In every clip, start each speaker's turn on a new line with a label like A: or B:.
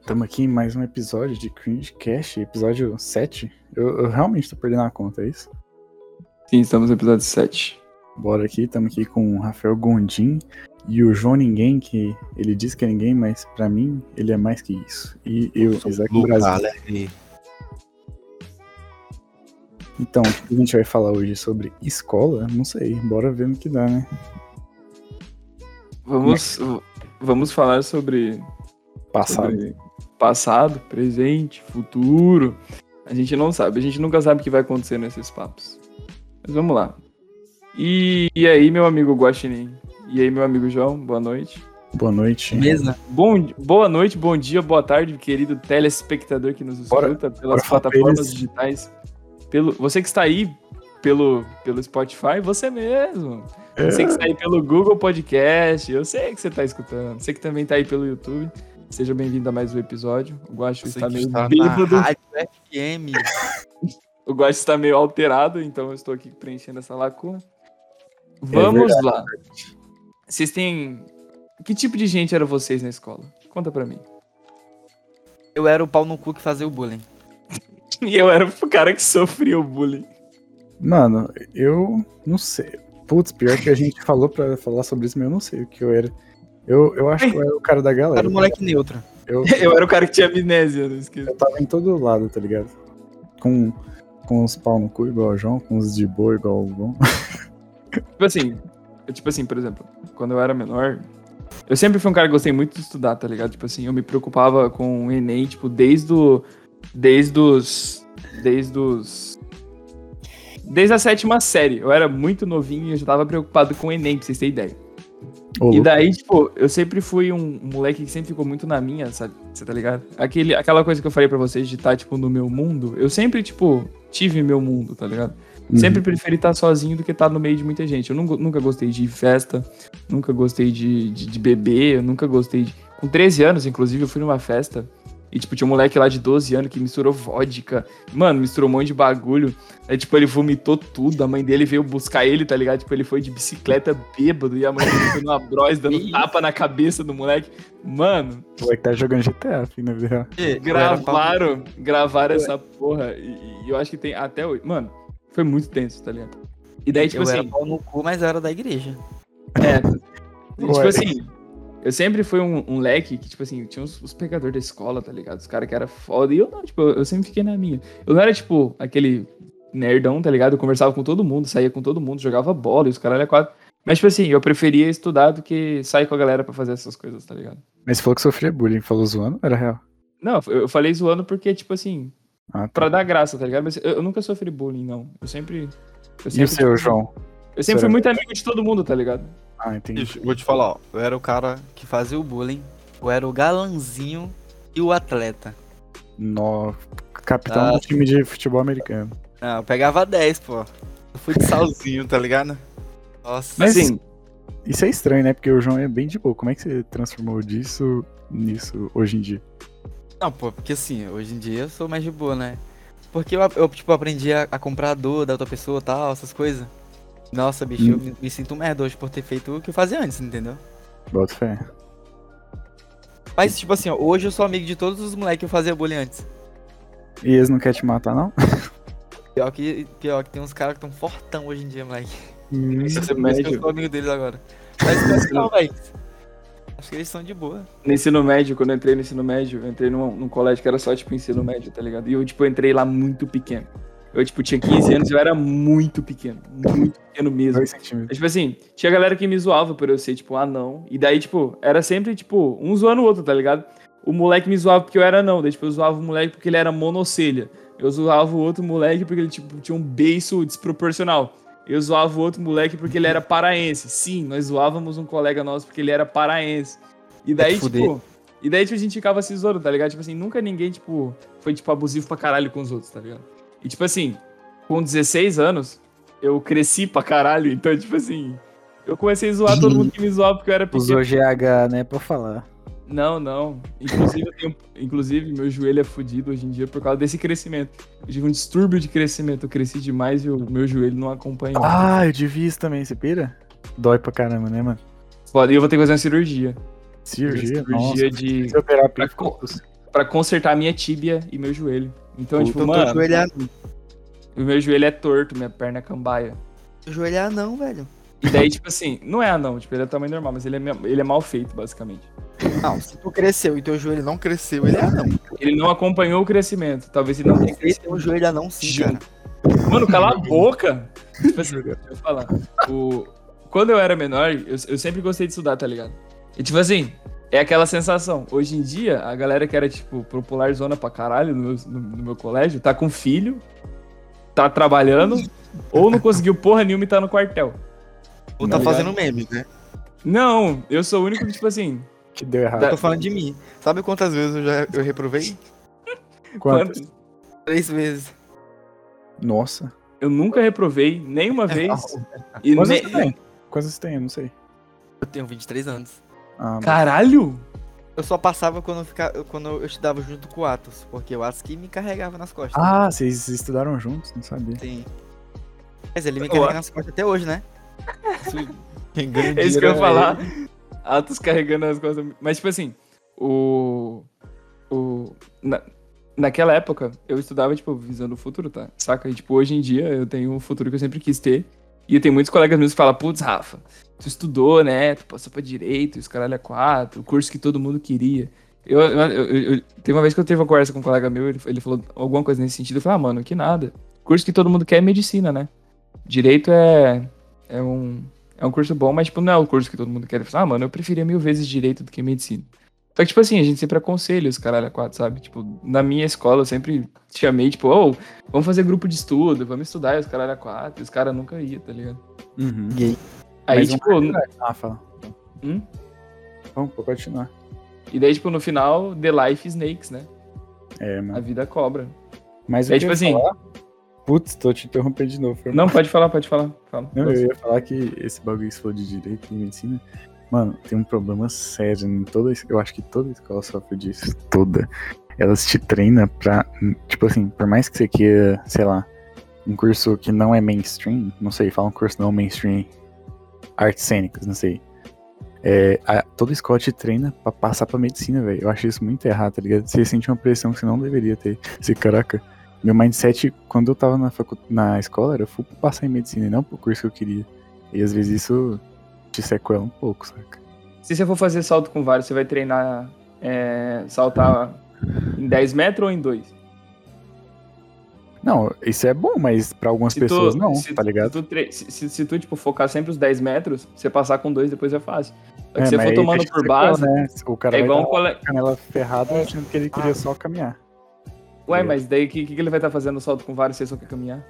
A: Estamos aqui em mais um episódio de Cringe Cash, episódio 7. Eu, eu realmente tô perdendo a conta, é isso?
B: Sim, estamos no episódio 7.
A: Bora aqui, estamos aqui com o Rafael Gondim e o João Ninguém, que ele diz que é ninguém, mas pra mim ele é mais que isso. E eu, Isaac Brasil.
C: Alegre.
A: Então, o que a gente vai falar hoje sobre escola? Não sei, bora ver no que dá, né?
B: Vamos, vamos falar sobre,
A: Passado.
B: sobre passado, presente, futuro. A gente não sabe, a gente nunca sabe o que vai acontecer nesses papos. Mas vamos lá. E, e aí, meu amigo Guaxinim? E aí, meu amigo João? Boa noite.
A: Boa noite.
C: Mesa.
B: Bom, boa noite, bom dia, boa tarde, querido telespectador que nos
A: Bora-
B: escuta pelas
A: bora falar pra
B: plataformas
A: eles.
B: digitais. Pelo, você que está aí pelo, pelo Spotify, você mesmo.
A: É.
B: Você que está aí pelo Google Podcast, eu sei que você está escutando. Você que também está aí pelo YouTube, seja bem-vindo a mais um episódio. O Guacho
C: Você tá
B: está
C: que
B: meio
C: está
B: bêbado,
C: na Rádio FM.
B: o Guacho está meio alterado, então eu estou aqui preenchendo essa lacuna.
A: É
B: Vamos lá. Vocês têm... Que tipo de gente eram vocês na escola? Conta pra mim.
C: Eu era o pau no cu que fazia o bullying.
B: E eu era o cara que sofria o bullying.
A: Mano, eu não sei. Putz, pior que a gente falou pra falar sobre isso, mas eu não sei o que eu era. Eu, eu acho que eu era o cara da galera.
C: Era o moleque neutro.
A: Eu,
B: Eu era o cara que tinha amnésia, não esqueça.
A: eu tava em todo lado, tá ligado? Com, com os pau no cu igual o João, com os de boa igual o João.
B: Tipo assim, eu, tipo assim, por exemplo, quando eu era menor, eu sempre fui um cara que gostei muito de estudar, tá ligado? Tipo assim, eu me preocupava com o Enem, tipo, desde o. Desde os. Desde os. Desde a sétima série. Eu era muito novinho e eu já tava preocupado com o Enem, pra vocês terem ideia.
A: Ô,
B: E
A: louco.
B: daí, tipo, eu sempre fui um moleque que sempre ficou muito na minha, sabe? Você tá ligado? Aquele, aquela coisa que eu falei pra vocês de estar, tipo, no meu mundo, eu sempre, tipo, tive meu mundo, tá ligado?
A: Uhum.
B: Sempre preferi estar sozinho do que estar no meio de muita gente. Eu nunca, nunca gostei de ir em festa, nunca gostei de, de, de beber, eu nunca gostei de. Com 13 anos, inclusive, eu fui numa festa. E, tipo, tinha um moleque lá de 12 anos que misturou vodka. Mano, misturou um monte de bagulho. Aí, tipo, ele vomitou tudo. A mãe dele veio buscar ele, tá ligado? Tipo, ele foi de bicicleta bêbado e a mãe dele foi numa bros dando
C: Ih.
B: tapa na cabeça do moleque. Mano,
A: O moleque tá jogando GTA, filho, na vida real.
C: Eu era o pau-
B: gravaram, gravaram essa porra. E, e eu acho que tem até hoje. Mano, foi muito tenso, tá ligado? E daí, tipo
C: eu
B: assim.
C: era pau no cu, mas eu era da igreja.
B: É. tipo
A: Ué.
B: assim, eu sempre fui um, um leque que, tipo assim, tinha os, os pegadores da escola, tá ligado? Os caras que era foda. E eu não, tipo, eu, eu sempre fiquei na minha. Eu não era, tipo, aquele nerdão, tá ligado? Eu conversava com todo mundo, saía com todo mundo, jogava bola e os caras eram quatro. Mas, tipo assim, eu preferia estudar do que sair com a galera pra fazer essas coisas, tá ligado?
A: Mas falou que sofria bullying, falou zoando, era real.
B: Não, eu eu falei zoando porque, tipo assim,
A: Ah, tá.
B: pra dar graça, tá ligado? Mas eu, eu nunca sofri bullying, não. Eu sempre. Eu
A: E
B: sempre,
A: o seu, João?
B: eu sempre fui muito amigo de todo mundo, tá ligado?
A: Ah, entendi.
C: Bicho, vou te falar, ó. Eu era o cara que fazia o bullying. Eu era o galanzinho e o atleta.
A: No... Capitão do
C: Ah.
A: time de futebol americano.
C: Ah, eu pegava 10, pô. Eu fui de salzinho, tá ligado? Nossa.
A: Mas-
B: assim,
A: Isso é estranho, né? Porque o João é bem de boa. Como é que você transformou disso nisso hoje em dia?
C: Não, pô, porque assim, hoje em dia eu sou mais de boa, né? Porque eu, eu, tipo, aprendi a, a comprar a dor da outra pessoa e tal, essas coisas. Nossa, bicho,
B: Hum.
C: eu me, me sinto um merda hoje por ter feito o que eu fazia antes, entendeu?
A: Bota fé.
C: Mas, tipo assim, ó, hoje eu sou amigo de todos os moleques que eu fazia bullying antes.
A: E eles não querem te matar, não?
C: Pior que, pior que tem uns caras que tão fortão hoje em dia, moleque.
B: Nesse
C: Por isso
B: ensino
C: que
B: É médio,
C: eu sou amigo deles agora. Mas tipo assim, não, velho. Acho que eles são de boa.
B: no ensino médio, quando eu entrei no ensino médio, eu entrei num, num colégio que era só, tipo, ensino médio, tá ligado? E eu, tipo, entrei lá muito pequeno. Eu, tipo, tinha 15 anos e eu era muito pequeno. Muito pequeno mesmo.
A: Dois
C: Uhum.
A: centímetros.
B: Mas, tipo assim, tinha galera que me zoava por eu ser, tipo, anão. E daí, tipo, era sempre, tipo, um zoando o outro, tá ligado? O moleque me zoava porque eu era anão. Daí, tipo, eu zoava o moleque porque ele era monocelha. Eu zoava o outro moleque porque ele, tipo, tinha um beiço desproporcional. Eu zoava o outro moleque porque ele era paraense. Sim, nós zoávamos um colega nosso porque ele era paraense. E daí,
C: te fuder.
B: tipo... E daí, tipo, a gente ficava se zoando, tá ligado? Tipo assim, nunca ninguém, tipo, foi, tipo, abusivo pra caralho com os outros, tá ligado? E, tipo assim, com 16 anos, eu cresci pra caralho, então, tipo assim, eu comecei a zoar todo mundo que me zoava porque eu era pequeno.
D: Usou GH, né, pra falar.
B: Não, não. Inclusive, eu tenho- inclusive, meu joelho é fodido hoje em dia por causa desse crescimento. Eu tive um distúrbio de crescimento, eu cresci demais e o meu joelho não acompanhou.
A: Ah, eu devia isso também, você pira? Dói pra caramba, né, mano?
B: Foda, E eu vou ter que fazer uma cirurgia.
A: Cirurgia,
B: cirurgia
A: nossa.
B: de...
A: Fisioterapia.
B: Pra co- pra consertar minha tíbia e meu joelho. Então,
C: Então,
B: tipo,
C: teu
B: mano,
C: joelho é anão.
B: o meu joelho é torto, minha perna é cambaia.
C: Teu joelho é anão, velho.
B: E daí, tipo assim, não é anão, tipo, ele é tamanho normal, mas ele é, me- ele é mal feito, basicamente.
C: Não, se tu cresceu e teu joelho não cresceu, ele é anão.
B: Ele não acompanhou o crescimento. Talvez ele não tenha um-
C: Ele tem um joelho anão sim, cara.
B: Mano, cala a boca! Tipo assim, deixa eu falar. O... Quando eu era menor, eu, eu sempre gostei de estudar, tá ligado? E tipo assim, é aquela sensação. Hoje em dia, a galera que era, tipo, popular zona pra caralho no meu, no- no meu colégio, tá com filho, tá trabalhando, ou não conseguiu porra nenhuma e tá no quartel.
C: Ou tá
B: Não,
C: fazendo memes, né?
B: Não, eu sou o único que, tipo assim,
A: Que deu errado.
B: Tá.
C: Eu tô falando de mim. Sabe quantas vezes eu já eu reprovei?
A: Quantas?
B: quando-
C: Três vezes.
A: Nossa.
B: eu nunca reprovei nenhuma vez. E
A: É Quantas você
B: ne...
A: tem? Quantas você tem? Eu não sei.
C: Eu tenho 23 anos.
A: Ah,
B: Caralho!
C: Eu só passava quando eu, ficava, quando eu estudava junto com o Atos, porque o Atos que me carregava nas costas.
A: ah, vocês estudaram juntos? Não sabia.
C: Sim. Mas ele me
B: O
C: carrega
B: Atos-
C: nas costas até hoje, né?
B: É isso que eu ia falar. Atos carregando as coisas. Mas, tipo assim, o. o na, naquela época, eu estudava, tipo, visando o futuro, tá? Saca? E, tipo, hoje em dia, eu tenho um futuro que eu sempre quis ter. E tem muitos colegas meus que falam, putz, Rafa, tu estudou, né? Tu passou pra direito, os caralho é quatro, o curso que todo mundo queria. Eu, eu, eu- eu- teve uma vez que eu teve uma conversa com um colega meu, ele, ele falou alguma coisa nesse sentido. Eu falei, ah, mano, que nada. O curso que todo mundo quer é medicina, né? Direito é, é um é um curso bom, mas, tipo, não é o curso que todo mundo quer. Ele fala, ah, mano, eu preferia mil vezes direito do que medicina. Só que, tipo assim, a gente sempre aconselha os caralho a quatro, sabe? Tipo, na minha escola eu sempre chamei, tipo, ô, vamos fazer grupo de estudo, vamos estudar, e os caralho a quatro. E os caras nunca iam, tá ligado?
A: Uhum.
B: Aí,
A: Mas
B: tipo,
A: vamos continuar, Ah, fala.
B: Hum?
A: Vamos, pode continuar.
B: e daí, tipo, no final, The Life Snakes, né?
A: É,
B: A
A: mano.
B: vida cobra.
A: Mas
B: É
A: eu
B: tipo
A: queria
B: assim-
A: falar- Putz, tô te interrompendo de novo. foi mal.
B: Não, pode falar, pode falar. Fala.
A: Não, eu ia falar que esse bagulho que você falou de direito e medicina. Mano, tem um problema sério. Em toda, es- eu acho que toda escola sofre disso. Toda. Elas te treinam pra. Tipo assim, por mais que você queira, sei lá, um curso que não é mainstream, não sei, fala um curso não mainstream, artes cênicas, não sei. É, a- toda escola te treina pra passar pra medicina, velho. Eu acho isso muito errado, tá ligado? Você sente uma pressão que você não deveria ter. Você, caraca, meu mindset, quando eu tava na, facu- na escola, era full pra passar em medicina e não pro curso que eu queria. E às vezes isso te sequela um pouco, saca?
B: Se você for fazer salto com vários, você vai treinar é, saltar em 10 metros ou em 2?
A: Não, isso é bom, mas pra algumas
B: Se tu-
A: pessoas não,
B: se-
A: tá ligado?
B: Se tu, tre- se- se- se tu, tipo, focar sempre os 10 metros, você passar com dois depois é fácil. Só que
A: É,
B: se você
A: mas
B: for
A: aí
B: tomando
A: deixa
B: por
A: sequela,
B: base,
A: né? O cara
B: é
A: vai
B: igual um
A: dar
B: colega.
A: uma canela ferrada achando que ele queria só caminhar.
B: Ué,
A: É.
B: mas daí o que, que ele vai estar fazendo salto com vários se ele só quer caminhar?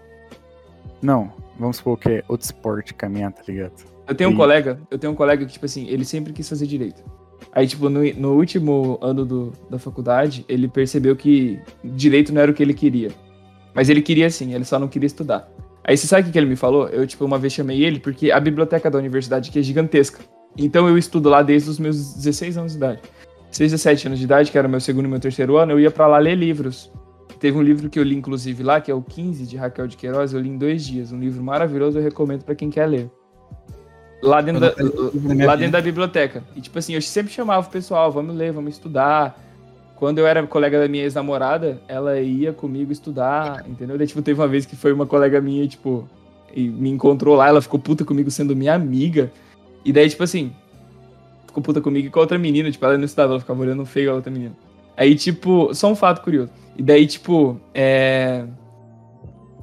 A: Não, vamos supor que é outro esporte caminhar, tá ligado?
B: Eu tenho um
A: Sim.
B: colega, eu tenho um colega que, tipo assim, ele sempre quis fazer direito. Aí, tipo, no, no último ano do- da faculdade, ele percebeu que direito não era o que ele queria. Mas ele queria sim, ele só não queria estudar. Aí você sabe o que que ele me falou? Eu, tipo, uma vez chamei ele porque a biblioteca da universidade aqui é gigantesca. Então eu estudo lá desde os meus 16 anos de idade. 6, 17 anos de idade, que era o meu segundo e meu terceiro ano, eu ia pra lá ler livros. Teve um livro que eu li, inclusive, lá, que é o 15, de Raquel de Queiroz, eu li em dois dias. Um livro maravilhoso, eu recomendo pra quem quer ler. Lá dentro, da, lá dentro da biblioteca. E, tipo assim, eu sempre chamava o pessoal, vamos ler, vamos estudar. Quando eu era colega da minha ex-namorada, ela ia comigo estudar, entendeu? Daí, tipo, teve uma vez que foi uma colega minha, tipo, e me encontrou lá, ela ficou puta comigo sendo minha amiga. E daí, tipo assim, ficou puta comigo e com a outra menina, tipo, ela não estudava, ela ficava olhando feio a outra menina. Aí, tipo, só um fato curioso. E daí, tipo, é...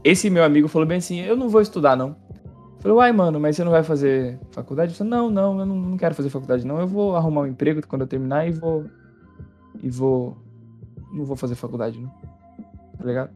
B: Esse meu amigo falou bem assim, eu não vou estudar, não. Falei, uai, mano, mas você não vai fazer faculdade? Eu falei, não, não, eu não, não quero fazer faculdade, não. Eu vou arrumar um emprego quando eu terminar e vou... E vou... Não vou fazer faculdade, não. Tá ligado?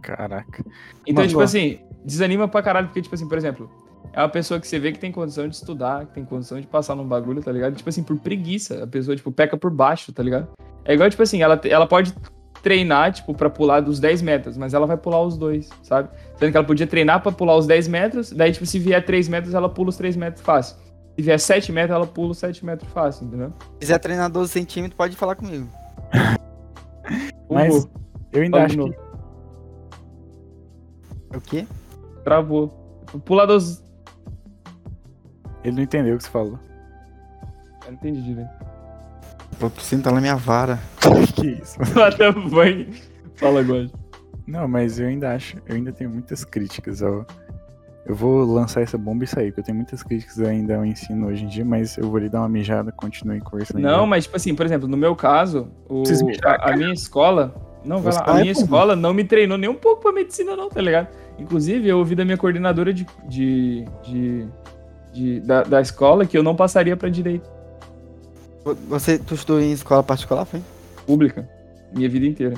A: Caraca.
B: Então,
A: Mano,
B: tipo
A: ó.
B: assim, desanima pra caralho, porque, tipo assim, por exemplo, é uma pessoa que você vê que tem condição de estudar, que tem condição de passar num bagulho, tá ligado? Tipo assim, por preguiça, a pessoa, tipo, peca por baixo, tá ligado? É igual, tipo assim, ela, ela pode treinar, tipo, pra pular dos 10 metros, mas ela vai pular os dois, sabe? Sendo que ela podia treinar pra pular os 10 metros, daí, tipo, se vier 3 metros, ela pula os 3 metros fácil. Se vier 7 metros, ela pula os 7 metros fácil, entendeu?
C: Se quiser treinar 12 centímetros, pode falar comigo.
A: Mas
B: Uhul,
A: eu ainda
B: Vamos
A: acho
B: de
A: que.
C: É O quê?
B: travou. Pular dos...
A: Ele não entendeu o que você falou.
B: Eu não entendi direito.
C: Vou sentar na minha vara.
A: que isso?
B: What the fuck? Fala agora.
A: Não, mas eu ainda acho, eu ainda tenho muitas críticas ao. Eu vou lançar essa bomba e sair, porque eu tenho muitas críticas ainda ao ensino hoje em dia, mas eu vou lhe dar uma mijada, continue conversando. aí.
B: Não, mas tipo assim, por exemplo, no meu caso, o-
A: Vocês me
B: a- a, minha escola. Não, vai lá, a
A: Você-
B: minha
A: Ah, é, pô.
B: escola não me treinou nem um pouco pra medicina, não, tá ligado? Inclusive, eu ouvi da minha coordenadora de. de, de- de- da, da escola que eu não passaria pra direito
C: Você, tu estudou em escola particular, foi?
B: pública minha vida inteira.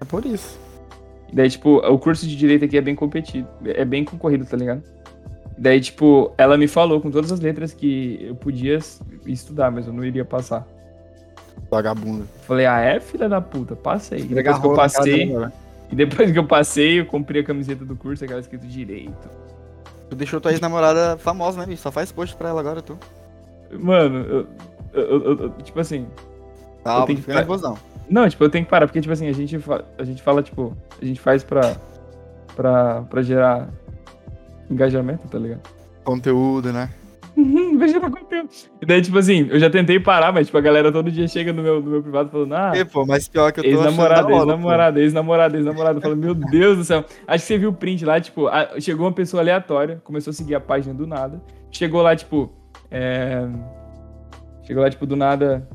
C: É por isso.
B: E Daí, tipo, o curso de direito aqui é bem competido, é bem concorrido, tá ligado? E Daí, tipo, ela me falou com todas as letras que eu podia s- estudar, mas eu não iria passar.
C: Vagabundo.
B: Falei, ah, é, filha da puta, passei. E
C: Entregar
B: Depois que eu
C: rola na cara
B: passei,
C: dela, velho.
B: e depois que eu passei, eu comprei a camiseta do curso, aquela escrito direito.
C: Tu deixou tua ex-namorada famosa, né, bicho? Só faz post pra ela agora, tu.
B: Mano, eu, eu- eu- eu- tipo assim,
C: Tá,
B: tenho que
C: fica
B: pa-
C: nervosão.
B: Não, tipo, eu tenho que parar, porque, tipo assim, a gente, fa- a gente fala, tipo, a gente faz pra, pra, pra gerar engajamento, tá ligado?
C: Conteúdo, né?
B: Uhum, veja pra quanto tempo. E daí, tipo assim, eu já tentei parar, mas, tipo, a galera todo dia chega no meu, no meu privado falando, ah,
C: E, É, pô, mas pior que eu tô achando da
B: ex-namorada,
C: hora, pô.
B: ex-namorada, ex-namorada, ex-namorada. Eu falo, meu Deus do céu. Acho que você viu o print lá, tipo, a- chegou uma pessoa aleatória, começou a seguir a página do nada. Chegou lá, tipo, é... Chegou lá, tipo, do nada...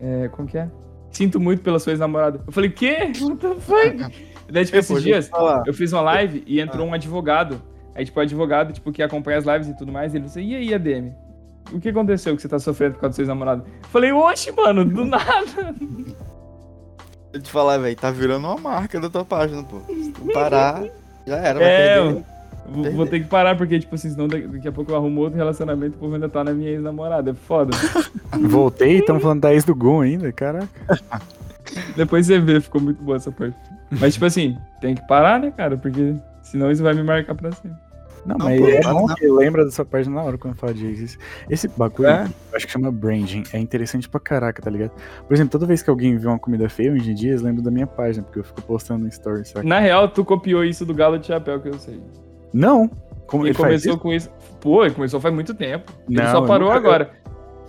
B: É... Como que é? Sinto muito pela sua ex-namorada. Eu falei, quê? What the fuck? Daí, tipo,
C: Ei, pô,
B: esses
C: deixa eu Ah.
B: dias,
C: te falar.
B: eu fiz uma live e entrou um advogado. Aí, tipo, o advogado, tipo, que acompanha as lives e tudo mais, ele disse, e aí, ADM? O que aconteceu que você tá sofrendo por causa do seu ex-namorado? Eu Falei, oxe, mano, do nada.
C: Deixa eu te falar, velho. Tá virando uma marca da tua página, pô. Se tu parar, já era. vai
B: É,
C: perder.
B: eu vou, vou
C: Perder.
B: ter que parar, porque, tipo assim, senão daqui daqui a pouco eu arrumo outro relacionamento e o povo ainda tá na minha ex-namorada. É foda.
A: Voltei, estamos falando da ex do Gon ainda, caraca.
B: Depois você vê, ficou muito boa essa parte. Mas, tipo assim, tem que parar, né, cara? Porque senão isso vai me marcar pra sempre.
A: Não,
C: Não,
A: mas
C: pô,
A: é
C: não,
A: bom
C: não.
A: que lembra dessa página na hora quando fala de ex. Esse bagulho,
B: É.
A: eu acho que chama branding, é interessante pra caraca, tá ligado? Por exemplo, toda vez que alguém vê uma comida feia hoje em dia, eles lembram da minha página, porque eu fico postando em stories, saca?
B: Na real, tu copiou isso do Galo de Chapéu, que eu sei.
A: Não! Como
B: E
A: ele faz
B: começou com isso. Pô, ele começou faz muito tempo. Ele
A: Não,
B: só
A: eu
B: parou
A: nunca-
B: agora.
A: isso?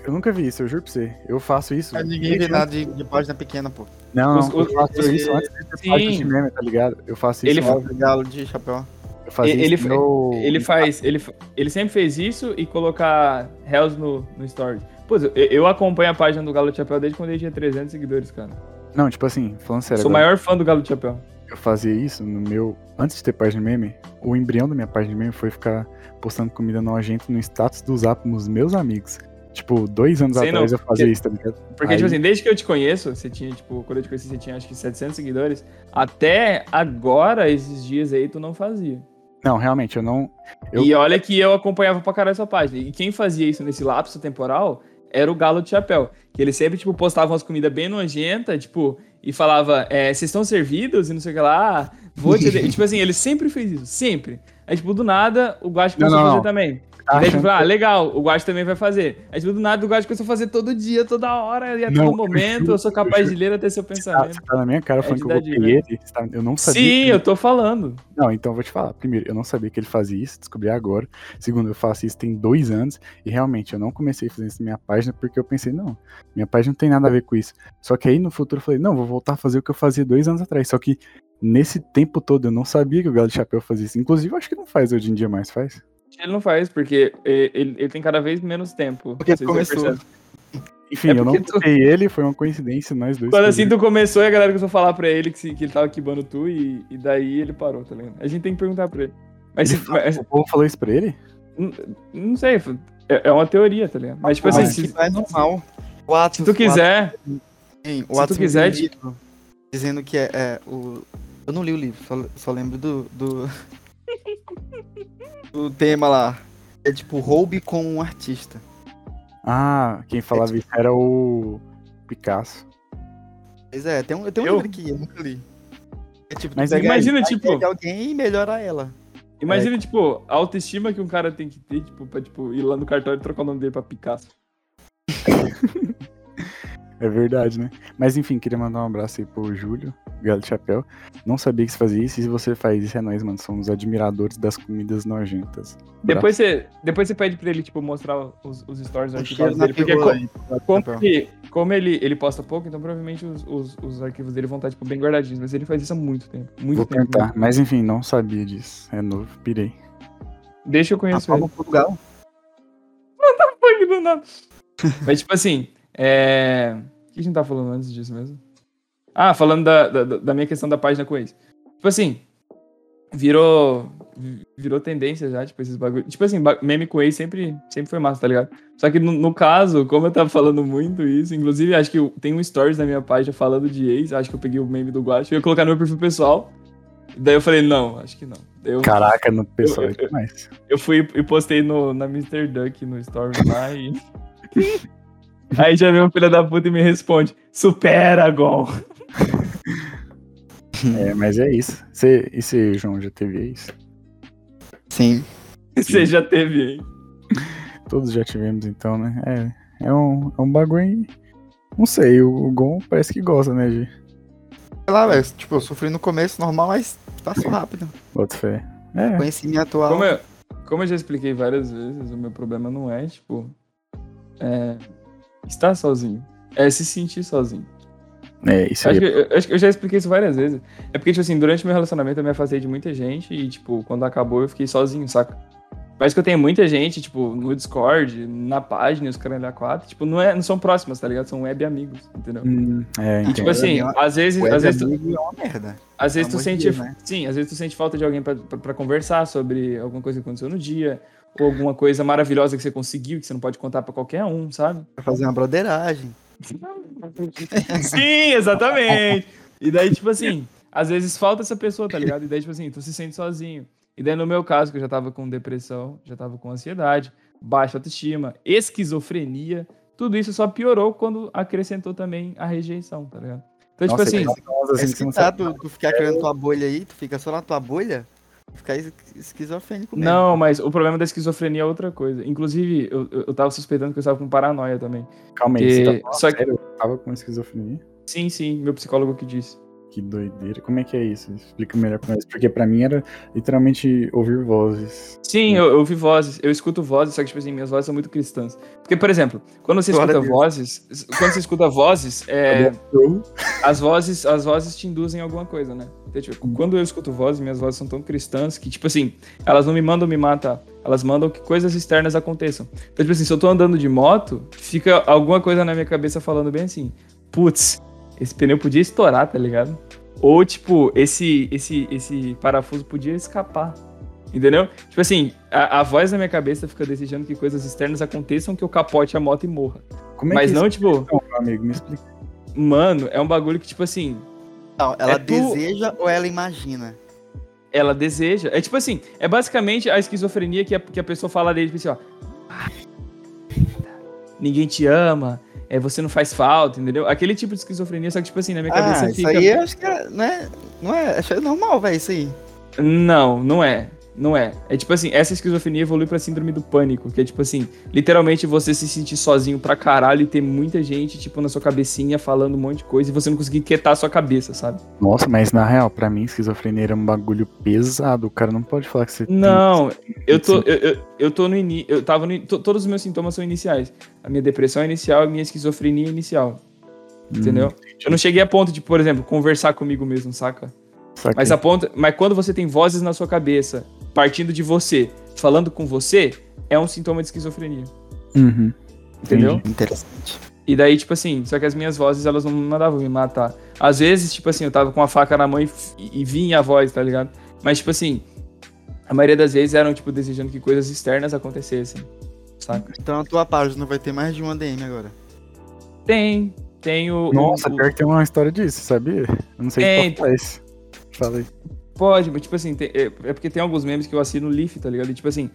A: Eu nunca vi isso, eu juro pra você. Eu faço isso.
C: Mas Ninguém vê nada de, de página pequena, pô.
A: Não,
B: Os- os- é,
A: eu faço
C: os-
A: isso antes de ter
B: Sim.
A: página de meme, tá ligado? Eu faço isso.
B: Ele fa-
A: antes
C: Olha o galo de chapéu.
A: eu fazia
B: ele-
A: isso
B: ele-
A: no-
B: Ele faz, ele, fa- ele sempre fez isso e colocar Hells no, no Stories. Pô, eu, eu acompanho a página do Galo de Chapéu desde quando ele tinha 300 seguidores, cara.
A: Não, tipo assim, falando sério.
B: Sou o
A: agora.
B: maior fã do Galo de Chapéu.
A: eu fazia isso no meu. Antes de ter página de meme, o embrião da minha página de meme foi ficar postando comida nojenta no status do zap nos meus amigos. Tipo, dois anos
B: Sei não,
A: atrás eu fazia
B: porque-
A: isso, tá ligado?
B: Porque,
A: Aí-
B: tipo assim, desde que eu te conheço, você tinha, tipo, quando eu te conheci, você tinha acho que 700 seguidores. Até agora, esses dias aí, tu não fazia.
A: Não, realmente, eu não. Eu-
B: E olha que eu acompanhava pra caralho sua página. E quem fazia isso nesse lapso temporal era o Galo de Chapéu. Que ele sempre, tipo, postava umas comidas bem nojentas, tipo, e falava, é, vocês estão servidos e não sei o que lá. ah, Vou te... e, tipo assim, ele sempre fez isso, sempre. Aí, tipo, do nada, o Guache
A: Não,
B: começou
A: não,
B: a fazer
A: não.
B: também.
A: Tá
B: Aí, tipo,
A: achando
B: ah, legal, o Guache também vai fazer. Aí, tipo, do nada, o Guache começou a fazer todo dia, toda hora, e a
A: Não,
B: todo
A: eu
B: momento.
A: juro,
B: Eu sou capaz de ler até seu
A: Ah,
B: pensamento.
A: você tá na minha cara
B: É
A: falando
B: de
A: que eu
B: idade,
A: copiei ele. você tá- Eu não sabia.
B: Sim,
A: que-
B: eu tô falando.
A: Não, então eu vou te falar. Primeiro, eu não sabia que ele fazia isso, descobri agora. Segundo, eu faço isso tem dois anos. E realmente, eu não comecei a fazer isso na minha página porque eu pensei, não, minha página não tem nada a ver com isso. Só que aí no futuro eu falei, não, vou voltar a fazer o que eu fazia dois anos atrás. Só que nesse tempo todo eu não sabia que o Galo de Chapéu fazia isso. Inclusive, eu acho que não faz hoje em dia mais, faz?
B: Ele não faz, porque eh, ele, ele tem cada vez menos tempo.
C: Porque
B: Não sei se você
C: começou.
B: percebe.
A: Enfim,
B: É
A: eu não
B: porque tu-
A: copiei ele, foi uma coincidência, nós dois.
B: Quando assim
A: fazemos.
B: tu começou, e a galera começou a falar pra ele que, se- que ele tava quibando tu e, e daí ele parou, tá ligado? A gente tem que perguntar pra ele. Mas,
A: Ele
B: se-
A: falou-
B: mas-
A: O povo falou isso pra ele?
B: não sei, é, é uma teoria, tá ligado? Mas tipo
A: Ah, Mas
B: assim,
A: que
B: se,
C: é normal. O Atos,
B: se tu quiser,
C: Sim,
B: Se
C: o Atos
B: tu quiser,
C: me deu um livro dizendo que é, é o. Eu não li o livro, só, só lembro do. Do, do tema lá. É tipo roube com um artista.
A: Ah, quem falava isso era o Picasso.
C: Pois é, tem um, tem um
B: Eu?
C: livro aqui, eu nunca li. É tipo, tu
A: Mas
C: pega
B: imagina,
C: a ideia
B: tipo-
C: de alguém e melhorar ela.
B: imagina, tipo, a autoestima que um cara tem que ter, tipo, pra tipo, ir lá no cartório e trocar o nome dele pra Picasso.
A: É verdade, né? Mas enfim, queria mandar um abraço aí pro Júlio, Galo de Chapéu. Não sabia que você fazia isso, e se você faz isso, é nóis, mano. Somos admiradores das comidas nojentas.
B: Depois você, depois você pede pra ele, tipo, mostrar os, os stories
C: O
B: arquivados
A: é
C: cheiro na
B: dele. Porque
C: pílula
B: co-
C: aí,
B: como,
C: papel.
B: que, Como ele, ele posta pouco, então provavelmente os, os, os arquivos dele vão estar tipo, bem guardadinhos. Mas ele faz isso há muito tempo. Muito
A: Vou
B: tempo.
A: tentar. Mas enfim, não sabia disso. É novo, pirei.
B: Deixa eu conhecer
A: Ah,
B: ele.
A: né?
D: Apalma Portugal.
B: Punk do nada. Mas, tipo assim, é... o que a gente tá falando antes disso mesmo? Ah, falando da, da, da minha questão da página com eles. Tipo assim, virou virou tendência já, tipo, esses bagulho. Tipo assim, ba- meme com ex sempre, sempre foi massa, tá ligado? Só que no, no caso, como eu tava falando muito isso, inclusive acho que eu- tem um stories na minha página falando de ex, acho que eu peguei o meme do Guacho e ia colocar no meu perfil pessoal. Daí eu falei, não, acho que não. Daí eu
A: Caraca, no pessoal é demais.
B: eu fui e postei no, na Mr. Duck no Story lá e. Aí já vem um filho da puta e me responde: Supera, Gon!
A: É, mas é isso. Você, e você, João, já teve isso?
C: Sim.
B: Você já teve, hein?
A: Todos já tivemos, então, né? É, é, um, é um bagulho. aí- Não sei, o Gon parece que gosta, né, Gi?
C: Sei lá, velho. Tipo, eu sofri no começo normal, mas passou rápido.
A: Bota fé. É,
C: Conheci minha atual.
B: Como eu, como eu já expliquei várias vezes, o meu problema não é, tipo. é, estar sozinho. É se sentir sozinho.
A: é isso
B: Acho
A: aí.
B: que, eu, acho que eu já expliquei isso várias vezes. É porque, tipo assim, durante meu relacionamento eu me afastei de muita gente e, tipo, quando acabou eu fiquei sozinho, saca? Parece que eu tenho muita gente, tipo, no Discord, na página, os caras lá quatro, tipo, não, é, não são próximas, tá ligado? São web amigos, entendeu?
A: Hum, é,
B: E, tipo
A: entendo.
B: assim,
C: Web
B: às vezes,
C: Web
B: às vezes, tu,
C: amigo é uma merda.
B: às vezes tu
C: Pelo amor
B: sente.
C: de Deus, né?
B: Sim, às vezes tu sente falta de alguém pra- pra pra conversar sobre alguma coisa que aconteceu no dia, ou alguma coisa maravilhosa que você conseguiu, que você não pode contar pra qualquer um, sabe?
C: Pra fazer uma broderagem.
A: Tipo
B: Sim, exatamente. E daí, tipo assim, às vezes falta essa pessoa, tá ligado? E daí, tipo assim, tu se sente sozinho. E daí, no meu caso, que eu já tava com depressão, já tava com ansiedade, baixa autoestima, esquizofrenia, tudo isso só piorou quando acrescentou também a rejeição, tá ligado? Então, tipo
A: Nossa,
B: assim,
A: tem umas assim
C: Assim,
A: que você
C: se
A: não
C: tá,
A: sabe.
C: tu, tu ficar criando tua bolha aí, tu fica só na tua bolha, tu fica es- esquizofrênico mesmo.
B: não, mas o problema da esquizofrenia é outra coisa. Inclusive, eu, eu eu tava suspeitando que eu estava com paranoia também.
A: Calma aí, você
B: Porque-
A: tá falando
B: só que-
A: sério? Eu tava com esquizofrenia?
B: Sim, sim, meu psicólogo que disse.
A: Que doideira. Como é que é isso? Explica melhor pra nós. Porque pra mim era literalmente ouvir vozes.
B: Sim, eu, eu ouvi vozes, eu escuto vozes, só que, tipo assim, minhas vozes são muito cristãs. Porque, por exemplo, quando você
C: Glória a
B: escuta
C: Deus.
B: vozes, quando você escuta vozes, é,
A: Eu-
B: as vozes, as vozes te induzem a alguma coisa, né? Então, tipo, quando eu escuto vozes, minhas vozes são tão cristãs que, tipo assim, elas não me mandam me matar, elas mandam que coisas externas aconteçam. Então, tipo assim, se eu tô andando de moto, fica alguma coisa na minha cabeça falando bem assim, putz, esse pneu podia estourar, tá ligado? Ou, tipo, esse, esse, esse parafuso podia escapar. Entendeu? Tipo assim, a, a voz na minha cabeça fica desejando que coisas externas aconteçam, que eu capote a moto e morra.
A: Como é
B: Mas
A: que
B: não,
A: isso-
B: tipo,
A: Não, meu amigo, me explica.
B: mano, é um bagulho que, tipo assim,
C: Não, ela
B: É tu-
C: deseja ou ela imagina?
B: ela deseja. É tipo assim, é basicamente a esquizofrenia que a, que a pessoa fala dele, tipo assim, ó. "Ah, Ninguém te ama, é, você não faz falta, entendeu? Aquele tipo de esquizofrenia, só que, tipo assim, na minha cabeça
C: ah, isso
B: fica.
C: aí eu acho que é, não é, não é, acho que é normal, velho, isso aí.
B: Não, não é. Não é. É tipo assim, essa esquizofrenia evolui pra síndrome do pânico, que é tipo assim, literalmente você se sentir sozinho pra caralho e ter muita gente, tipo, na sua cabecinha falando um monte de coisa e você não conseguir quietar a sua cabeça, sabe?
A: Nossa, mas na real, pra mim, esquizofrenia era um bagulho pesado. O cara não pode falar que você tem-
B: Não, eu tô,
A: Sim.
B: eu, eu, eu tô no início. Eu tava no, in- to- todos os meus sintomas são iniciais. A minha depressão é inicial, a minha esquizofrenia é inicial,
A: Hum,
B: entendeu? Eu não cheguei a ponto de, por exemplo, conversar comigo mesmo, saca?
A: saquei.
B: Mas a ponto, mas quando você tem vozes na sua cabeça, partindo de você, falando com você, é um sintoma de esquizofrenia,
A: Uhum,
B: entendeu?
A: entendi.
C: Interessante.
B: E daí, tipo assim, só que as minhas vozes, elas não mandavam me matar. Às vezes, tipo assim, eu tava com a faca na mão e, e vinha a voz, tá ligado? Mas, tipo assim, a maioria das vezes eram, tipo, desejando que coisas externas acontecessem, saca?
C: Então a tua página vai ter mais de um uma DM agora.
B: Tem, tem o...
A: Nossa,
B: o- então. o-
A: pior que tem uma história disso, sabia? Eu não sei
B: Tem.
A: qual é isso. Fala aí.
B: Pode, mas, tipo assim, tem- é, é porque tem alguns memes que eu assino Leaf, tá ligado? E, tipo assim,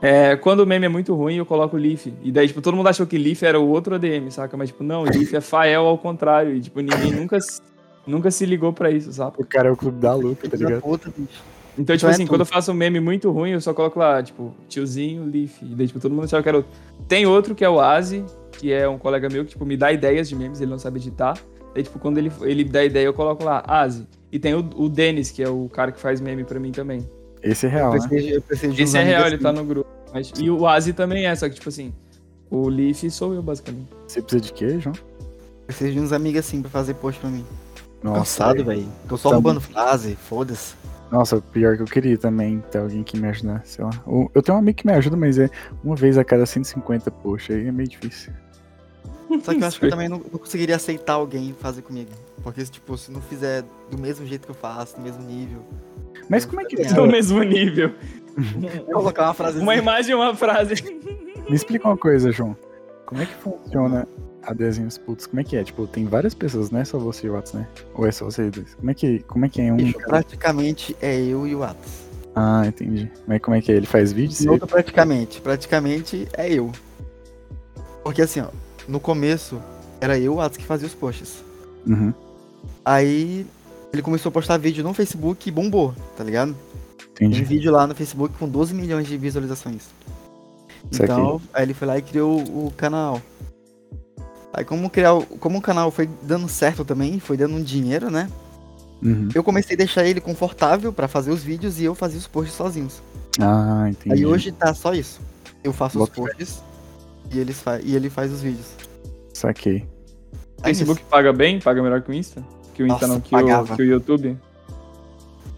B: é, quando o meme é muito ruim, eu coloco Leaf. E daí, tipo, todo mundo achou que Leaf era o outro ADM, saca? Mas, tipo, não, Leaf é Fael ao contrário. E, tipo, ninguém nunca, se- nunca se ligou pra isso, saca?
A: O cara é o clube da luta, tá ligado?
C: Puta, bicho.
B: Então, tipo
C: Então é
B: assim,
C: tudo.
B: quando eu faço um meme muito ruim, eu só coloco lá, tipo, tiozinho, Leaf. E daí, tipo, todo mundo sabe que era outro. Tem outro que é o Azi, que é um colega meu que, tipo, me dá ideias de memes, ele não sabe editar. Daí, tipo, quando ele, ele dá ideia, eu coloco lá, Azi. E tem o, o Denis, que é o cara que faz meme pra mim também.
A: Esse é
C: Eu
A: real, né?
C: preciso, eu preciso de uns
B: Esse é
C: amigos
B: real, ele
C: assim.
B: tá no grupo. Mas- e o Azi também é, só que, tipo assim, o Leaf sou eu, basicamente.
A: Você precisa de quê, João?
C: Preciso de uns amigos assim pra fazer post pra mim.
A: Nossa,
C: Cansado, velho. Tô só
A: Tá
C: roubando frase, foda-se.
A: Nossa, pior que eu queria também ter alguém que me ajudasse, sei lá. Ou- Eu tenho um amigo que me ajuda, mas é uma vez a cada 150, poxa, aí é meio difícil.
C: Só que eu acho que eu
B: Sei.
C: também não, não conseguiria aceitar alguém fazer comigo. Porque, tipo, se não fizer do mesmo jeito que eu faço, do mesmo nível,
A: Mas como é que
B: Do
A: me
B: mesmo nível.
C: colocar uma frase
B: Uma
C: assim,
B: imagem e uma frase.
A: explica uma coisa, João? Como é que funciona a desenhos putos? Como é que é? Tipo, tem várias pessoas, não é só você e o Watts, né? Ou é só vocês dois? Como é que, como é, que é um?
C: bicho, praticamente é eu e o Atos.
A: Ah, entendi. Mas como é que é? Ele faz vídeo?
C: E
A: Você...
C: outro praticamente, praticamente é eu. Porque assim, ó, no começo era eu, o Atos, que fazia os posts.
A: Uhum,
C: Aí ele começou a postar vídeo no Facebook e bombou, tá ligado? Tem
A: entendi.
C: vídeo lá no Facebook com 12 milhões de visualizações.
A: Isso aqui.
C: Então, aí ele foi lá e criou o canal. Aí como criar, o- como o canal foi dando certo também, foi dando um dinheiro, né?
A: Uhum.
C: Eu comecei a deixar ele confortável pra fazer os vídeos e eu fazia os posts sozinhos.
A: Ah, entendi.
C: Aí hoje tá só isso. Eu faço
A: Bota
C: os
A: fé.
C: posts e, eles fa- e ele faz os vídeos.
A: Saquei.
B: O
C: Aí nisso,
B: Facebook paga bem? Paga melhor que o Insta? Que o Insta
C: Nossa,
B: não, que o,
C: pagava.
B: que o YouTube?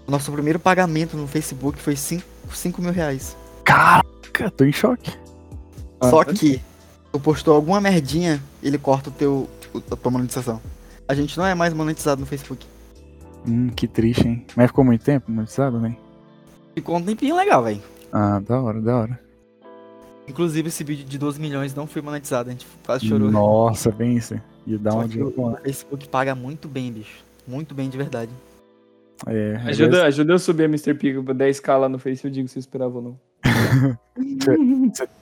C: nosso primeiro pagamento no Facebook foi 5 mil reais.
A: Caraca, tô em choque.
C: Só
B: Ah,
C: que tu postou alguma merdinha, ele corta o teu o- a tua monetização. A gente não é mais monetizado no Facebook.
A: Hum, que triste, hein? Mas ficou muito tempo, muito sábado, né?
C: Ficou um tempinho legal, velho.
A: Ah, da hora, da hora.
C: Inclusive, esse vídeo de 12 milhões não foi monetizado, a gente quase chorou.
A: Nossa, pensa. E dá
C: Só
A: um
C: que
A: dinheiro.
C: o Facebook paga muito bem, bicho. Muito bem, de verdade.
A: É, às vezes
B: Ajuda, ajuda eu subir a Mr. Pico pra 10k lá no Face, eu digo se eu esperava ou não.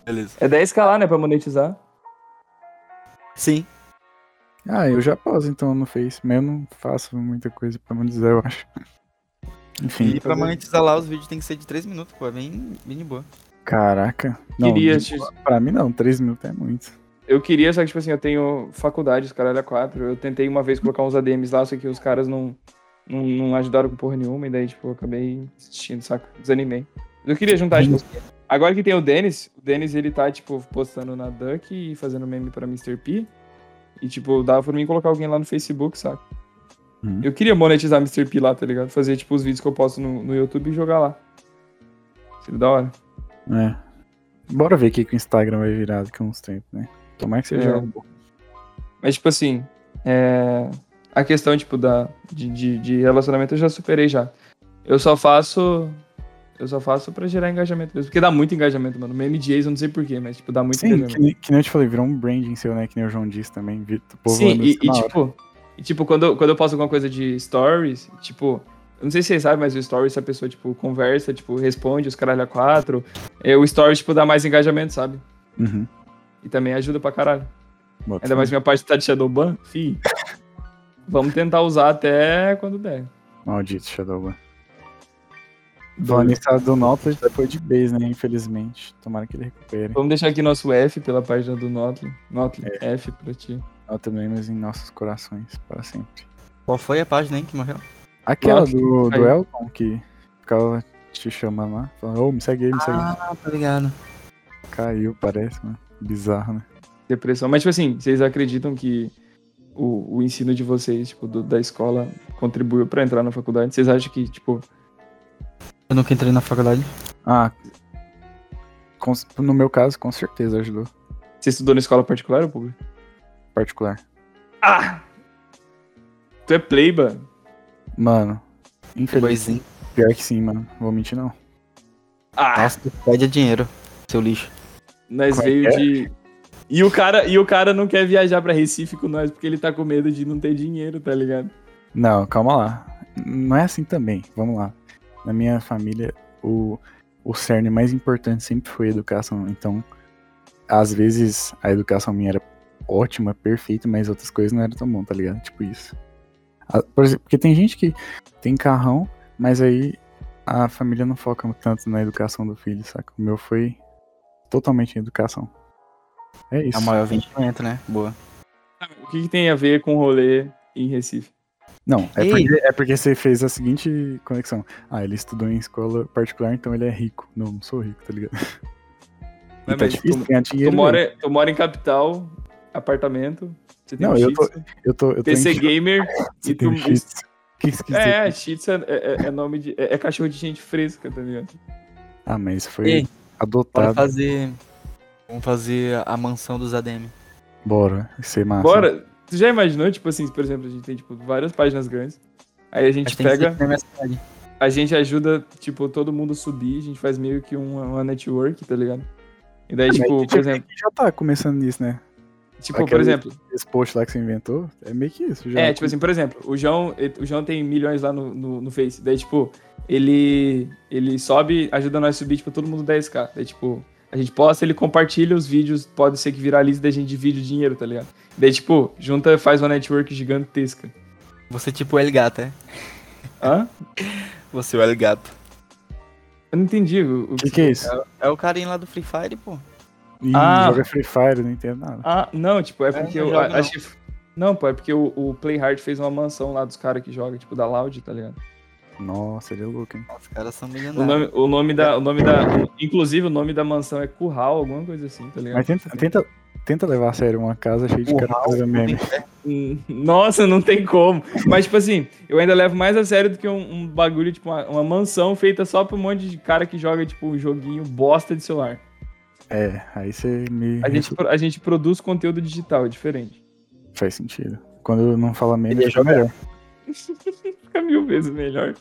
C: Beleza.
B: É 10k lá, né, pra monetizar.
C: Sim.
A: Ah, eu já pauso então no Face, mas eu não faço muita coisa pra monetizar, eu acho. Enfim,
C: E pra monetizar lá, os vídeos tem que ser de 3 minutos, pô. É bem, bem de boa.
A: caraca. Não,
B: Queria,
A: de- pra mim não, 3 minutos é muito.
B: Eu queria, só que, tipo assim, eu tenho faculdade, os caras eram quatro. Eu tentei uma vez colocar uns ADMs lá, só que os caras não, não, não ajudaram com porra nenhuma, e daí, tipo, eu acabei assistindo, saca? Desanimei. Eu queria juntar, tipo, agora que tem o Denis, o Denis, ele tá, tipo, postando na Duck e fazendo meme pra Mr. P. E, tipo, dava pra mim colocar alguém lá no Facebook, saca?
A: Uhum.
B: Eu queria monetizar Mr. P lá, tá ligado? Fazer, tipo, os vídeos que eu posto no, no YouTube e jogar lá. Seria da hora.
A: É. Bora ver o que, que o Instagram vai virar daqui a uns tempos, né? Tomara que seja
B: É.
A: algo bom.
B: Mas, tipo assim, é, a questão, tipo, da, de, de, de relacionamento eu já superei já. Eu só faço. Eu só faço pra gerar engajamento mesmo. Porque dá muito engajamento, mano. Meme Jays, eu não sei porquê, mas, tipo, dá muito
A: Sim, que
B: engajamento.
A: nem, que nem eu te falei, virou um branding seu, né? Que nem o João disse também. vi- o povo
B: Sim,
A: anda
B: e,
A: isso é
B: e,
A: na hora.
B: tipo, e, tipo quando, eu- quando eu posto alguma coisa de stories, tipo. Eu não sei se vocês sabem, mas o Stories, a pessoa, tipo, conversa, tipo, responde os caralho a quatro. é, o Stories, tipo, dá mais engajamento, sabe?
A: Uhum.
B: E também ajuda pra caralho.
A: Bota
B: Ainda mais que minha parte tá de Shadowban, fi. Vamos tentar usar até quando der.
A: Maldito Shadowban. Falando em estado do Nautilus, depois de base, né? Infelizmente. Tomara que ele recupere.
B: Vamos deixar aqui nosso F pela página do Notley. Notley,
A: É.
B: F pra ti.
A: Nota menos em nossos corações, para sempre.
C: Qual foi a página, hein, que morreu?
A: Aquela
B: Nossa,
A: do, do
B: aí.
A: Elton que ficava te chamando lá, falando, ô, me segue aí, me segue. aí."
C: Ah, tá ligado.
A: Caiu, parece, mano. Bizarro, né?
B: Depressão. Mas, tipo assim, vocês acreditam que o, o ensino de vocês, tipo, do- da escola, contribuiu pra entrar na faculdade? Vocês acham que, tipo,
C: Eu nunca entrei na faculdade.
A: Ah, com- no meu caso, com certeza ajudou.
B: você estudou na escola particular ou pública?
A: Particular.
B: Ah! Tu é pleiba?
A: Mano, infelizmente.
C: Boizinho.
A: Pior que sim, mano. Vou mentir, não.
B: Ah!
C: Nossa, tu pede dinheiro, seu lixo.
B: Nós
A: Como é que
B: veio
A: é?
B: de. E o, cara, e o cara não quer viajar pra Recife com nós porque ele tá com medo de não ter dinheiro, tá ligado?
A: Não, calma lá. Não é assim também. Vamos lá. Na minha família, o, o cerne mais importante sempre foi a educação. Então, às vezes, a educação minha era ótima, perfeita, mas outras coisas não eram tão bom, tá ligado? Tipo isso. A- Por exemplo, porque tem gente que tem carrão, mas aí a família não foca tanto na educação do filho, saca? O meu foi totalmente em educação. É isso.
C: É o maior investimento, né? Boa.
B: O que, que tem a ver com rolê em Recife?
A: Não, é
C: Ei.
A: porque, é porque você fez a seguinte conexão. Ah, ele estudou em escola particular, então ele é rico. Não, não sou rico, tá ligado? E
B: Mas,
A: tá
B: mas
A: difícil
B: tu-
A: ganhar dinheiro. né?
B: Tu mora, tu mora em capital, apartamento, você tem
A: Não,
B: um
A: eu
B: Shih
A: tô-
B: Tzu,
A: Eu tô. Eu tô
B: PC
A: em-
B: gamer
A: Você
B: e
A: tem
B: tu...
A: um Shih Tzu. Que esquisito.
B: É, Shih Tzu é, é- é nome de... É, é cachorro de gente fresca, tá ligado?
A: Ah, mas foi
C: Ei, bora
A: adotado.
C: fazer. Vamos fazer a mansão dos ADM.
A: Bora. Isso é massa.
B: Bora... Tu já imaginou, tipo assim, por exemplo, a gente tem, tipo, várias páginas grandes. Aí a gente
C: Acho que tem que
B: pega...
C: ser na minha cidade.
B: a gente ajuda, tipo, todo mundo subir, a gente faz meio que uma, uma network, tá ligado? E daí,
A: Ah, mas a
B: tipo,
A: gente
B: por exemplo,
A: já tá começando nisso, né?
B: tipo, por
A: aquela-
B: exemplo,
A: Esse post lá que você inventou, é meio que isso. Já.
B: é, tipo assim, por exemplo, o João, ele- o João tem milhões lá no, no, no Face, daí, tipo, ele, ele sobe, ajuda nós a subir, tipo, todo mundo 10k, daí, tipo, a gente posta, ele compartilha os vídeos, pode ser que viralize, daí a gente divide o dinheiro, tá ligado? Daí, tipo, junta, faz uma network gigantesca.
C: Você tipo o El Gato, é?
B: Hã?
C: Você é o El Gato.
B: Eu não entendi o, o
A: O que, que é isso?
C: É o carinha lá do Free Fire, pô.
A: Ih,
B: Ah.
A: joga Free Fire, não entendo nada.
B: Ah, não, tipo, é porque
C: não
B: eu
C: joga, não.
B: acho que. Não, pô, é porque o, o Playhard fez uma mansão lá dos caras que jogam, tipo, da Loud, tá ligado?
A: Nossa, ele é louco, hein?
C: Os caras são
B: O
C: milionários.
B: nome, o nome da. O nome da. Inclusive, o nome da mansão é Curral, alguma coisa assim, tá ligado?
A: Mas tenta, tenta, tenta levar a sério uma casa cheia de
C: Curral,
A: cara fazendo meme.
B: Hum, Nossa, não tem como. Mas, tipo assim, eu ainda levo mais a sério do que um, um bagulho, tipo, uma, uma mansão feita só pra um monte de cara que joga, tipo, um joguinho bosta de celular.
A: É, aí você me.
B: A gente, pro- a gente produz conteúdo digital, é diferente.
A: Faz sentido. Quando eu não fala meme,
C: Ele
A: fica melhor.
B: Fica mil vezes melhor.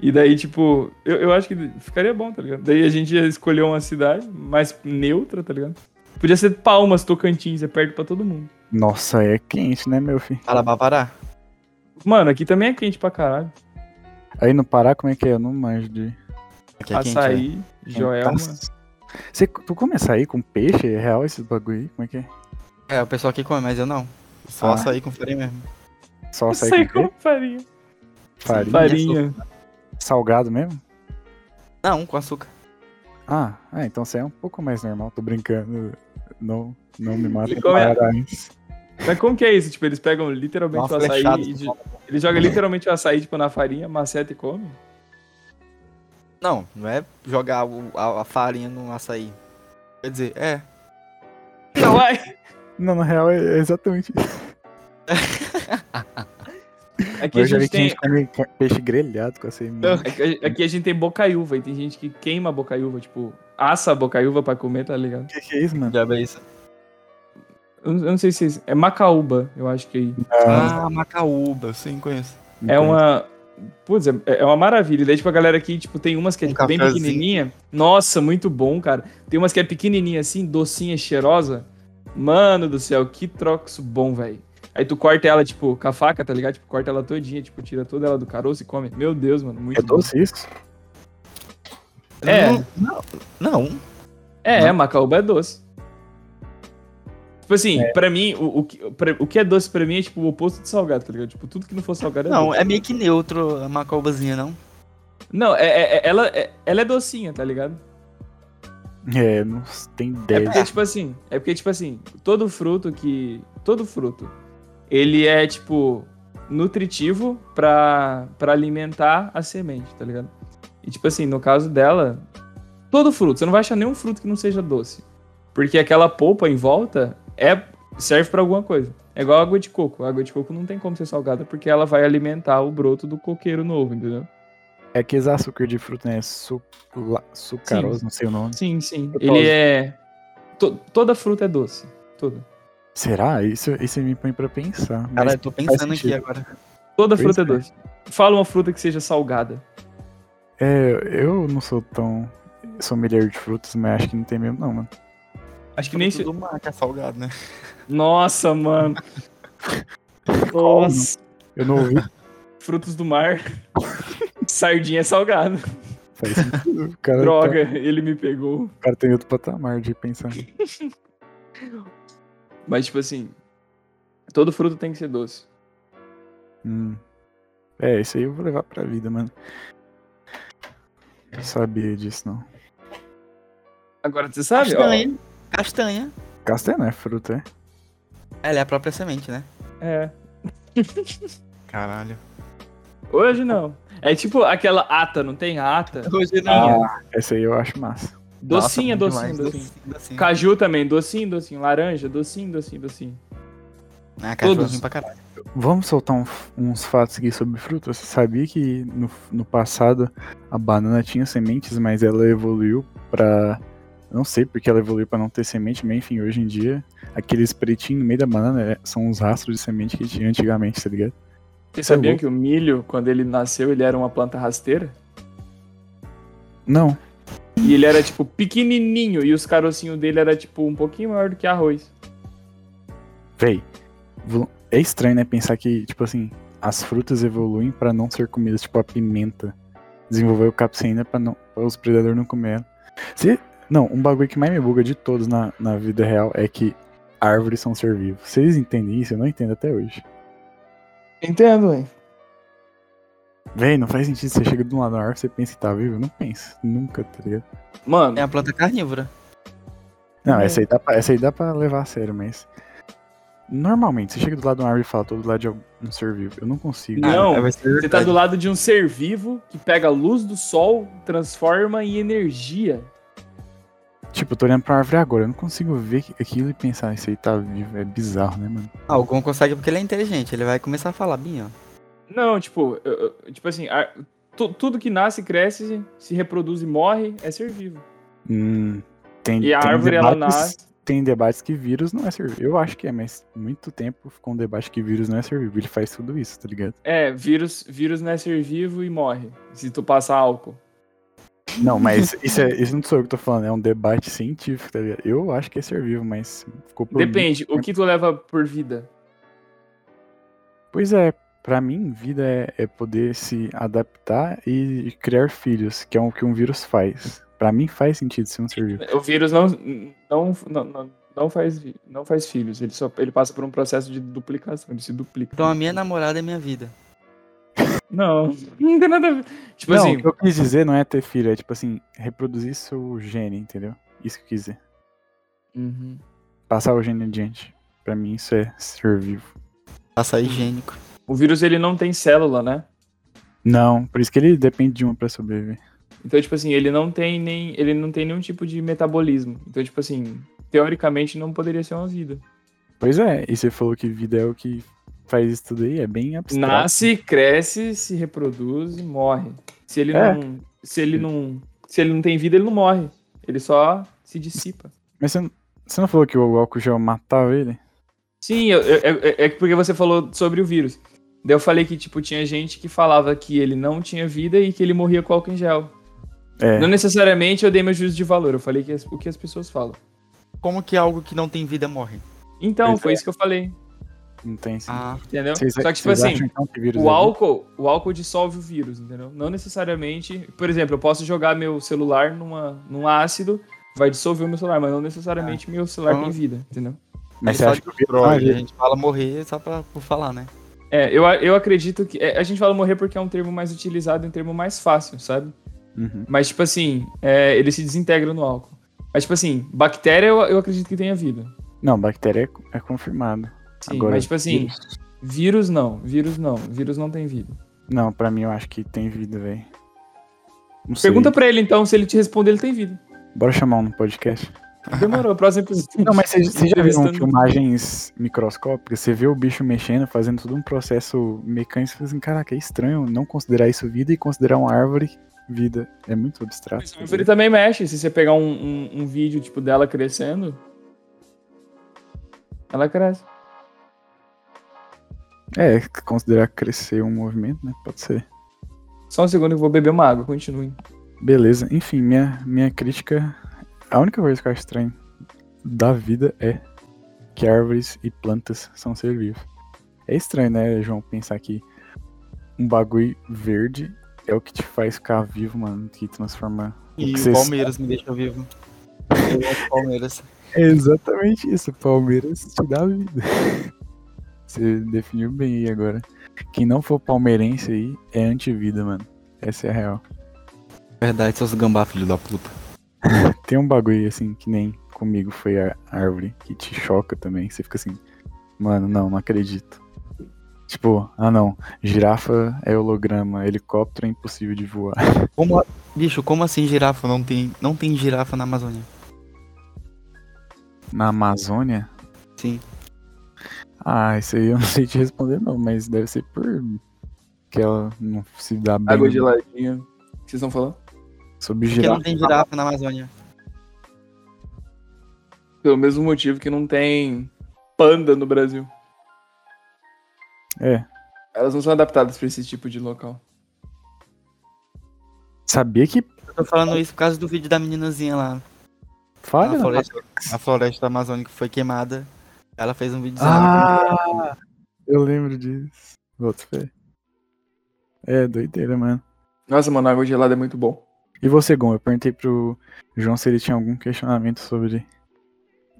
B: E daí, tipo, eu, eu acho que ficaria bom, tá ligado? Daí a gente ia escolher uma cidade mais neutra, tá ligado? Podia ser Palmas, Tocantins, é perto pra todo mundo.
A: Nossa, é quente, né, meu filho?
C: Alababará.
B: Mano, aqui também é quente pra caralho.
A: Aí no Pará, como é que é? Eu não manjo de.
C: Aqui é quente, né?
B: Açaí, Joelma.
A: Nossa. Você, tu começa aí com peixe? É real esses bagulho aí? Como é que é?
C: É, o pessoal aqui come, mas eu não. Só
A: Ah.
C: açaí com farinha mesmo.
A: Só
B: Açaí,
A: sair com é
B: com
A: peixe?
B: farinha.
A: Farinha.
B: Farinha.
A: Salgado mesmo?
C: Não, com açúcar.
A: Ah, ah, então você é um pouco mais normal, tô brincando. Não, não me matem
B: E como é?
A: parabéns.
B: Mas como que é isso? Tipo, eles pegam literalmente
C: Uma
B: o açaí
C: flechada.
B: e... de- Eles jogam literalmente o açaí, tipo, na farinha, maceta e come?
C: Não, não é jogar o- a, a farinha no açaí. Quer dizer, é.
B: Uai!
A: Não, na real é é exatamente isso.
B: Aqui a
A: Eu já vi
B: gente
A: que a
B: tem...
A: gente come ca- peixe grelhado com essa
C: Não.
B: É que a- Aqui a gente tem bocaiúva e tem gente que queima a bocaiúva, tipo, assa a bocaiúva pra comer, tá ligado?
A: O que, que é isso, mano?
C: Já é isso.
B: Eu não eu não sei se é, é macaúba, eu acho que é aí.
C: Ah, macaúba, sim, conheço.
B: é
A: Então,
B: uma. Putz, é, é uma maravilha. E daí, tipo, a galera aqui, tipo, tem umas que é
C: Um
B: tipo, bem
C: cafezinho.
B: pequenininha. Nossa, muito bom, cara. Tem umas que é pequenininha assim, docinha, cheirosa. Mano do céu, que troço bom, velho. Aí tu corta ela, tipo, com a faca, tá ligado? Tipo, corta ela todinha, tipo, tira toda ela do caroço e come. Meu Deus, mano, muito
A: É
B: bom.
A: doce isso?
B: É.
C: Não, não, não.
B: É,
C: Não.
B: é, macaúba é doce. Tipo assim,
C: É.
B: pra mim, o, o, que, pra- o que é doce pra mim é tipo o oposto de salgado, tá ligado? Tipo, tudo que não for salgado é
C: Não,
B: doce.
C: é meio que neutro a macaúbazinha, não?
B: Não, é, é- é- ela, é, ela é docinha, tá ligado?
A: É, não tem
B: É
A: ideia.
B: porque, tipo assim, é porque, tipo assim, todo fruto que. Todo fruto, ele é, tipo, nutritivo pra, pra alimentar a semente, tá ligado? E, tipo assim, no caso dela, todo fruto, você não vai achar nenhum fruto que não seja doce. Porque aquela polpa em volta é serve pra alguma coisa. É igual água de coco. A água de coco não tem como ser salgada porque ela vai alimentar o broto do coqueiro novo, entendeu?
A: É que esse açúcar de fruta, né? Sucula... Sucarose, não sei o nome.
B: Sim, sim.
A: Frutose.
B: Ele é. to- toda fruta é doce. Toda.
A: Será? Isso, isso me põe pra pensar.
C: Cara,
A: Mas
C: eu tô pensando aqui
A: sentido.
C: agora.
B: Toda
A: Pois
B: fruta é
A: é.
B: doce. Fala uma fruta que seja salgada.
A: é, eu não sou tão sommelier de frutas, mas acho que não tem mesmo, não, mano.
B: Acho que nem. se-
C: do mar que é salgado, né?
B: Nossa, mano. Nossa.
A: Eu não ouvi.
B: Frutos do mar. Sardinha é salgada.
A: Faz sentido. O cara, tá-
B: Droga, ele me pegou.
A: o cara tem outro patamar de pensar.
B: Mas, tipo assim. Todo fruto tem que ser doce.
A: Hum. É, isso aí eu vou levar pra vida, mano. Não sabia disso, não.
B: Agora, você sabe? ó,
C: Castanha. Castanha.
A: Castanha não é fruta, é?
C: Ela é a própria semente, né?
B: é.
C: Caralho.
B: Hoje não. É tipo aquela ata, não tem ata?
C: Hoje não.
A: Essa aí eu acho massa.
B: Docinha,
A: muito
B: docinho,
A: mais
B: docinho.
C: Assim.
B: Caju também, docinho, docinho. Laranja, docinho, docinho, docinho.
C: Ah, cara,
B: Todos.
C: ruim pra caralho.
A: Vamos soltar um- uns fatos aqui sobre frutas. Você sabia que no, no passado a banana tinha sementes, mas ela evoluiu pra. Não sei porque ela evoluiu pra não ter semente, mas enfim, hoje em dia, aqueles pretinhos no meio da banana é- são os rastros de semente que tinha antigamente, tá ligado?
B: Vocês
A: Tá
B: sabiam
A: bom.
B: que o milho, quando ele nasceu, ele era uma planta rasteira?
A: Não.
B: E ele era, tipo, pequenininho. E os carocinhos dele era, tipo, um pouquinho maior do que arroz.
A: Véi. vo- É estranho, né? Pensar que, tipo assim, as frutas evoluem pra não ser comidas, tipo a pimenta. Desenvolveu capsaína pra, não, pra os predadores não comerem. Se, não, um bagulho que mais me buga de todos na, na vida real é que árvores são ser vivo. Vocês entendem isso? Eu não entendo até hoje.
B: Entendo, hein?
A: Véi, não faz sentido. Você chega de um lado da árvore, você pensa que tá vivo? Eu não penso. Nunca, tá ligado?
B: Mano,
C: É uma planta carnívora.
A: Não,
B: É.
A: essa aí, dá pra, essa aí dá pra levar a sério, mas. Normalmente, você chega do lado de uma árvore e fala, tô do lado de um ser vivo. Eu não consigo.
B: Não,
C: Ah, vai ser
B: você tá
C: verdade.
B: do lado de um ser vivo que pega a luz do sol, transforma em energia.
A: Tipo, eu tô olhando pra árvore agora, eu não consigo ver que- aquilo e pensar, isso aí tá vivo, é bizarro, né, mano?
C: Ah, o Gon consegue porque ele é inteligente. Ele vai começar a falar, Binho.
B: Não, tipo, eu- eu- tipo assim, a- tu- tudo que nasce, cresce, se reproduz e morre é ser vivo.
A: Hum, tem,
B: E a
A: tem
B: árvore, ela
A: debates-
B: nasce.
A: Tem debates que vírus não é servir. Eu acho que é, mas muito tempo ficou um debate que vírus não é servível. Ele faz tudo isso, tá ligado?
B: É, vírus, vírus não é ser vivo e morre. Se tu passar álcool.
A: Não, mas isso, é, isso não sou eu que tô falando, é um debate científico, tá ligado? Eu acho que é servível, mas ficou por.
B: Depende,
C: né?
B: o que tu leva por vida?
A: Pois é, pra mim, vida é, é poder se adaptar e criar filhos, que é o que um vírus faz. Pra mim faz sentido ser um servir.
B: O vírus não, não, não, não, não faz, não faz filhos, ele, só, ele passa por um processo de duplicação, ele se duplica.
C: Então a minha namorada é minha vida.
B: Não, não tem nada a ver. Tipo
A: não,
B: assim,
A: o que eu quis dizer não é ter filho, é tipo assim, reproduzir seu gene, entendeu? Isso que eu quis dizer.
B: uhum.
A: Passar o gene adiante. Pra mim isso é ser vivo.
C: Açaí higiênico.
B: o vírus ele não tem célula, né?
A: Não, por isso que ele depende de uma pra sobreviver.
B: Então, tipo assim, ele não tem nem. Ele não tem nenhum tipo de metabolismo. Então, tipo assim, teoricamente não poderia ser uma vida.
A: Pois é, e você falou que vida é o que faz isso tudo aí, é bem abstrato.
B: Nasce, cresce, se reproduz e morre. Se ele
A: É.
B: não. Se ele não. Se ele não tem vida, ele não morre. Ele só se dissipa.
A: Mas você não, você não falou que o álcool já matava ele?
B: Sim, eu- eu- eu- é, que porque você falou sobre o vírus. Daí eu falei que, tipo, tinha gente que falava que ele não tinha vida e que ele morria com álcool em gel.
A: É.
B: Não necessariamente eu dei meu juízo de valor, eu falei que as- o que as pessoas falam.
C: Como que algo que não tem vida morre?
B: Então,
A: Pois
B: foi
A: é.
B: isso que eu falei,
A: Não tem sim.
C: Ah,
B: entendeu? Só que, tipo assim,
A: então é
B: O álcool, o álcool dissolve o vírus, entendeu? Não necessariamente. Por exemplo, eu posso jogar meu celular numa, num ácido, vai dissolver o meu celular, mas não
A: É.
B: necessariamente meu celular
C: Então-
B: tem vida, entendeu?
A: Mas você
C: ele
A: acha
C: só
A: que o vírus não é
C: destrói. A
A: vida?
C: gente fala morrer só pra, por falar, né?
B: É, eu, a- eu acredito que. é, a gente fala morrer porque é um termo mais utilizado, é um termo mais fácil, sabe?
A: Uhum.
B: Mas, tipo assim, é, ele se desintegra no álcool. Mas, tipo assim, bactéria eu, eu acredito que tenha vida.
A: Não, bactéria é, co- é confirmado.
B: Sim,
A: Agora,
B: mas, tipo assim,
A: vírus?
B: vírus não, vírus não, vírus não tem vida.
A: Não, pra mim eu acho que tem vida, velho. Não sei.
B: Pergunta pra ele então, se ele te responder, ele tem vida.
A: Bora chamar um no podcast.
B: Demorou, próximo episódio.
A: Não, mas vocês vocês já viram
B: Entrevistando-
A: filmagens microscópicas? Você vê o bicho mexendo, fazendo todo um processo mecânico, você fala assim, caraca, é estranho não considerar isso vida e considerar uma árvore vida. É muito abstrato.
B: Mas a árvore também mexe. Se você pegar um, um, um vídeo, tipo, dela crescendo, ela cresce.
A: É, considerar crescer um movimento, né? Pode ser.
B: Só um segundo que eu vou beber uma água, continuem.
A: Beleza, enfim, minha, minha crítica. A única coisa que eu acho estranho da vida é que árvores e plantas são ser vivo. É estranho, né, João, pensar que um bagulho verde é o que te faz ficar vivo, mano, que transforma
C: E
A: que
C: o
A: vocês-
C: Palmeiras me deixa vivo. Eu amo o Palmeiras.
A: É exatamente isso. Palmeiras te dá vida. Você definiu bem aí agora. Quem não for palmeirense aí é antivida, mano. Essa é a real.
C: Verdade, seus gambá, filho da puta.
A: Tem um bagulho aí, assim que nem comigo foi a árvore que te choca também. Você fica assim, mano, não, não acredito. Tipo, ah não, girafa é holograma, helicóptero é impossível de voar.
C: Como a- Bicho, como assim girafa? Não tem, não tem girafa na Amazônia.
A: Na Amazônia?
C: Sim.
A: Ah, isso aí eu não sei te responder não, mas deve ser por que ela não se dá bem
B: Água geladinha. O que vocês estão falando?
A: sobre
C: Porque
A: girafa.
C: não tem girafa na Amazônia.
B: Pelo mesmo motivo que não tem panda no Brasil.
A: É.
B: Elas não são adaptadas pra esse tipo de local.
A: Sabia que
C: Eu tô falando isso por causa do vídeo da meninazinha lá.
A: falha?
C: a,
A: na-
C: floresta, a floresta amazônica foi queimada. Ela fez um vídeo
A: Ah, eu lembro disso. Boto fé. É, doideira, mano.
B: Nossa, mano, água gelada é muito bom.
A: E você, Gon? Eu perguntei pro João se ele tinha algum questionamento sobre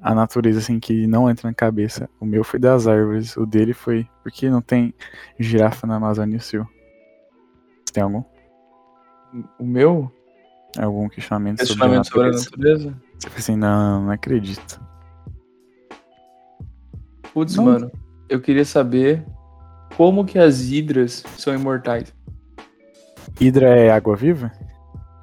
A: a natureza, assim, que não entra na cabeça. O meu foi das árvores, o dele foi por que não tem girafa na Amazônia e o seu. Você tem algum?
B: O meu
A: Algum questionamento,
B: questionamento sobre a
A: sobre a natureza?
B: natureza.
A: Você fica assim, não, não acredito.
B: Putz,
A: Não.
B: mano, eu queria saber como que as hidras são imortais.
A: Hidra é água viva?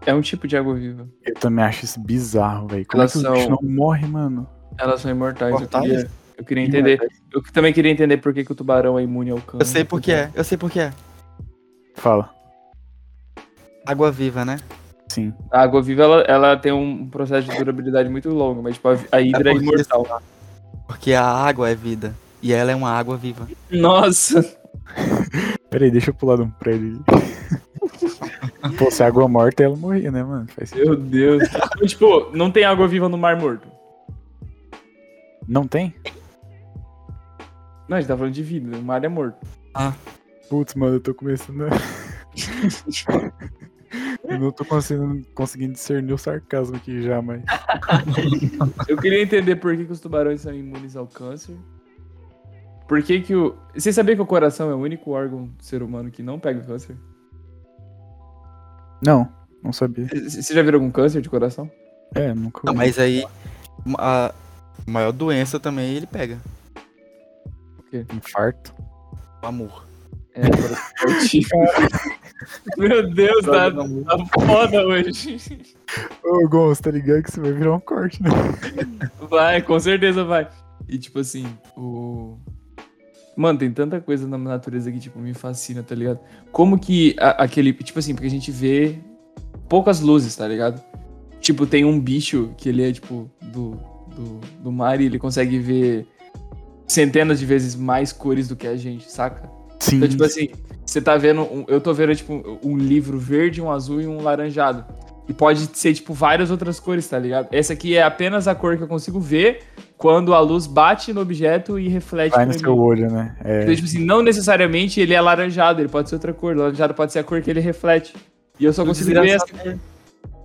B: É um tipo de água viva.
A: Eu também acho isso bizarro, velho. Como
B: Elas
A: é que os
B: são-
A: bichos não morrem, mano?
B: Elas são imortais. Eu
C: Imortais?
B: queria, eu queria entender. Eu que- também queria entender por que, que o tubarão é imune ao câncer.
C: Eu sei por que é, eu sei por que é.
A: Fala.
C: Água viva, né?
A: Sim.
B: A água viva, ela, ela tem um processo de durabilidade muito longo, mas tipo, a, a hidra é,
C: porque-
B: imortal.
C: Porque a água é vida. E ela é uma água viva.
B: Nossa!
A: Peraí, deixa eu pular de um prédio. aqui. Pô, se a água morta, ela morria, né, mano? Faz sentido.
B: Meu Deus. Então, tipo, não tem água viva no Mar Morto.
A: Não tem?
B: Não, a gente tá falando de vida. O mar é morto.
A: Putz, mano, eu tô começando a... Eu não tô conseguindo, conseguindo discernir o sarcasmo aqui já, mas...
B: Eu queria entender por que, que os tubarões são imunes ao câncer. Por que, que o. Você sabia que o coração é o único órgão do ser humano que não pega câncer?
A: Não, não sabia.
B: C- Você já viu algum câncer de coração?
A: É, nunca...
C: Não, mas aí a maior doença também ele pega.
A: Infarto.
C: O amor.
B: É, Meu Deus, tá, tá foda hoje.
A: Ô, Gon, você tá ligado que você vai virar um corte, né?
B: Vai, com certeza vai. E tipo assim, o. Mano, tem tanta coisa na natureza que, tipo, me fascina, tá ligado? Como que a- aquele. Tipo assim, porque a gente vê poucas luzes, tá ligado? Tipo, tem um bicho que ele é, tipo, do, do, do mar e ele consegue ver centenas de vezes mais cores do que a gente, saca?
A: Sim.
B: Então, tipo assim, você tá vendo. um- eu tô vendo, tipo, um livro verde, um azul e um laranjado. E pode ser, tipo, várias outras cores, tá ligado? Essa aqui é apenas a cor que eu consigo ver quando a luz bate no objeto e reflete
A: Vai
B: no
A: no seu
B: mim.
A: olho, né? É,
B: Então, tipo assim, não necessariamente ele é laranjado, ele pode ser outra cor. Laranjado pode ser a cor que ele reflete. E eu só consigo ver essa,
C: Desgraçado-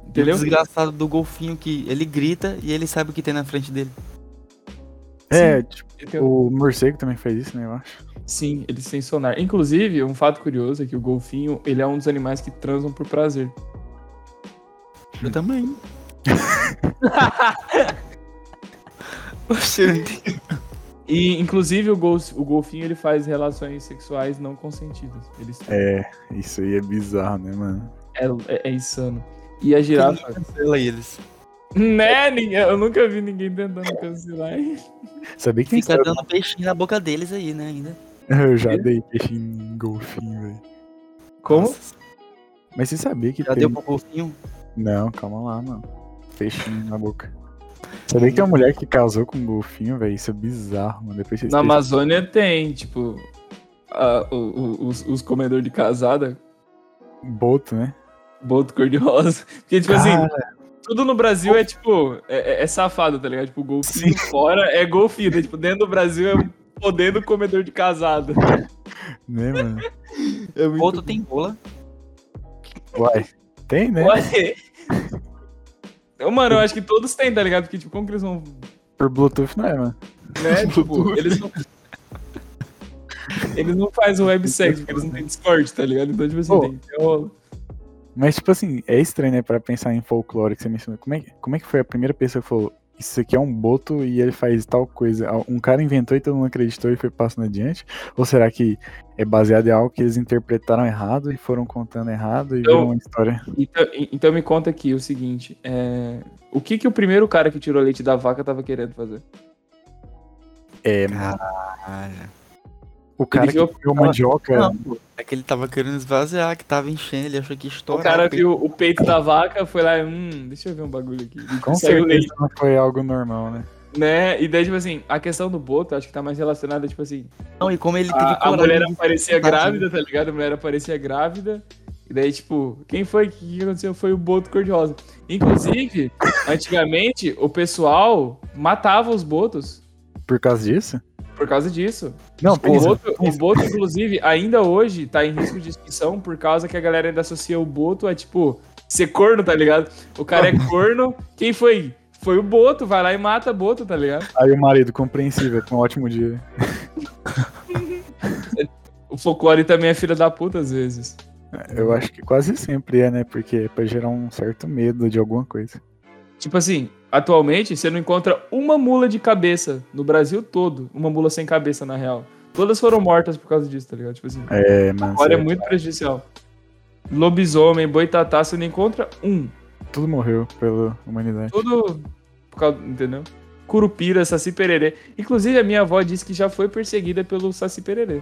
B: entendeu?
C: O desgraçado do golfinho que ele grita e ele sabe o que tem na frente dele.
A: é tipo,
B: Eu tenho-
A: o morcego também faz isso, né, eu acho.
B: Sim, eles têm sonar. Inclusive, um fato curioso é que o golfinho, ele é um dos animais que transam por prazer.
C: Eu também. Poxa, eu entendi.
B: E, inclusive, o, gol- o golfinho ele faz relações sexuais não consentidas. Ele
A: É, isso aí é bizarro, né, mano?
B: é, é- é insano. E a girafa.
C: Cancela eles.
B: Né, ninguém- eu nunca vi ninguém tentando cancelar.
A: Sabia que tem
C: Fica
A: história...
C: dando peixinho na boca deles aí, né, ainda.
A: Eu já dei peixe em golfinho, velho.
B: Como?
C: Nossa,
A: Mas você sabia que
C: já
A: tem...
C: deu pro golfinho?
A: Não, calma lá, mano. Peixinho na boca. Sabia que tem uma mulher que casou com um golfinho, velho? Isso é bizarro, mano. Depois vocês
B: Na
A: pesquisam.
B: Amazônia tem, tipo, a- o- o- os, os comedores de casada,
A: Boto, né?
B: boto cor-de-rosa. Porque, tipo assim, tudo no Brasil é, tipo, é, é- é safado, tá ligado? Tipo, golfinho fora é golfinho. né? Tipo, dentro do Brasil é o poder do comedor de casada.
A: Né, mano?
B: É muito
C: Outro tem rola.
A: Uai. Tem, né?
B: Ué. Eu, Mano, eu acho que todos têm, tá ligado? Porque, tipo, como que eles vão.
A: Por Bluetooth não é, mano.
B: Né? Tipo, eles não. Eles não fazem websex, porque eles não têm Discord, tá ligado? Então, tipo assim,
A: Pô.
B: tem que ter rola.
A: Mas, tipo assim, é estranho, né? Pra pensar em folclore que você mencionou. Como é, que- como é que foi a primeira pessoa que falou isso aqui é um boto e ele faz tal coisa. Um cara inventou e todo mundo acreditou e foi passando adiante? Ou será que é baseado em algo que eles interpretaram errado e foram contando errado e
B: Então-
A: virou uma história?
B: Então, então me conta aqui o seguinte: é, o que, que o primeiro cara que tirou leite da vaca tava querendo fazer?
A: É,
C: Caralho.
A: o cara
B: criou-
A: que criou mandioca.
C: Não, pô, é que ele tava querendo esvaziar, que tava enchendo, ele achou que né? estourou.
B: o cara viu o peito da vaca, foi lá, hum, deixa eu ver um bagulho aqui.
A: Com
B: Saiu
A: certeza não foi algo normal, né?
B: Né? E daí, tipo assim, a questão do boto, acho que tá mais relacionada, tipo assim,
C: Não, e como ele teve
B: a, a
C: coragem
B: mulher
C: de-
B: aparecia
C: tadinho.
B: grávida, tá ligado? A mulher aparecia grávida. E daí, tipo, quem foi que que aconteceu? Foi o Boto Cor-de-Rosa. Inclusive, antigamente, o pessoal matava os Botos
A: Por causa disso?
B: por causa disso.
A: Não,
B: O
A: pensa,
B: Boto, o Boto, inclusive, ainda hoje tá em risco de extinção por causa que a galera ainda associa o Boto a, tipo, ser corno, tá ligado? O cara é corno. Quem foi? Foi o Boto, vai lá e mata Boto, tá ligado?
A: Aí o marido, compreensível, com um ótimo dia.
B: O folclore também é filho da puta às vezes.
A: Eu acho que quase sempre é, né? Porque é pra gerar um certo medo de alguma coisa.
B: Tipo assim, atualmente você não encontra uma mula de cabeça no Brasil todo. Uma mula sem cabeça, na real. Todas foram mortas por causa disso, tá ligado? Tipo assim,
A: É, mano.
B: agora é
A: sério,
B: muito prejudicial. Lobisomem, boitatá, você não encontra um.
A: Tudo morreu pela humanidade.
B: Tudo por causa, entendeu? Curupira, Saci Pererê. Inclusive, a minha avó disse que já foi perseguida pelo Saci Pererê.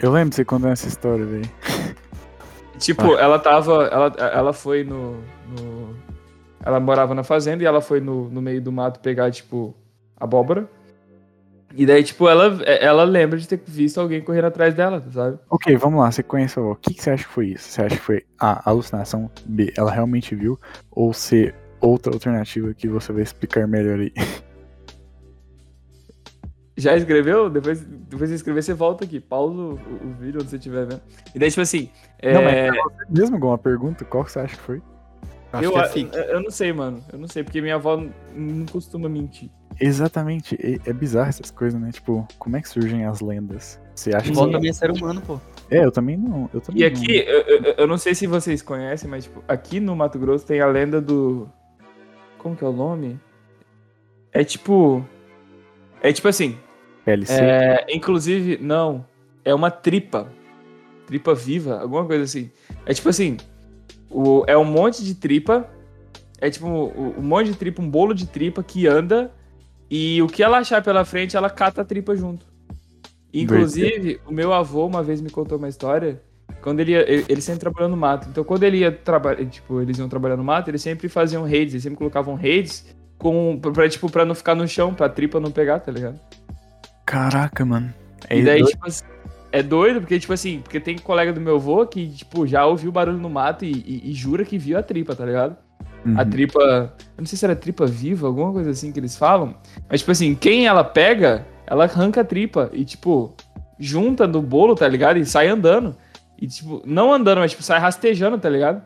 A: Eu lembro de você contando essa história, velho.
B: Tipo, ela tava. Ela, ela foi no, no- Ela morava na fazenda e ela foi no, no meio do mato pegar, tipo, abóbora. E daí, tipo, ela, ela lembra de ter visto alguém correndo atrás dela, sabe?
A: Ok, vamos lá, você conhece a avó. O que, que você acha que foi isso? Você acha que foi A, alucinação, B, ela realmente viu? Ou C, outra alternativa que você vai explicar melhor aí?
B: Já escreveu? Depois, depois de escrever, você volta aqui. Pausa o, o vídeo onde você estiver vendo. E daí, tipo assim.
A: Não,
B: é,
A: mas mesmo com uma pergunta, qual que você acha que foi?
C: Acho
B: eu,
C: que é fake.
B: eu não sei, mano. Eu não sei, porque minha avó n- não costuma mentir.
A: Exatamente, é, é bizarro essas coisas, né? Tipo, como é que surgem as lendas? Você acha
C: Volta
A: que...
C: também é ser humano, pô.
A: É, eu também não. Eu também
B: E
A: não.
B: aqui, eu, eu- eu não sei se vocês conhecem, mas tipo, aqui no Mato Grosso tem a lenda do. Como que é o nome? É tipo. É tipo assim.
A: LC,
B: é, inclusive, não. É uma tripa. Tripa viva, alguma coisa assim. É tipo assim. o- é um monte de tripa. É tipo um, um monte de tripa, um bolo de tripa que anda. E o que ela achar pela frente, ela cata a tripa junto. Inclusive, o meu avô uma vez me contou uma história. Quando ele ia, ele, ele sempre trabalhou no mato. Então, quando ele ia trabalhar, tipo, eles iam trabalhar no mato, eles sempre faziam redes, eles sempre colocavam redes com pra- pra, tipo para não ficar no chão, pra tripa não pegar, tá ligado?
A: Caraca, mano. É
B: E daí,
A: doido.
B: tipo assim, é doido, porque, tipo assim, porque tem colega do meu avô que, tipo, já ouviu barulho no mato e, e- e jura que viu a tripa, tá ligado?
A: Uhum.
B: A tripa. Eu não sei se era tripa viva, alguma coisa assim que eles falam. Mas, tipo assim, quem ela pega, ela arranca a tripa e, tipo, junta no bolo, tá ligado? E sai andando. E, tipo, não andando, mas, tipo, sai rastejando, tá ligado?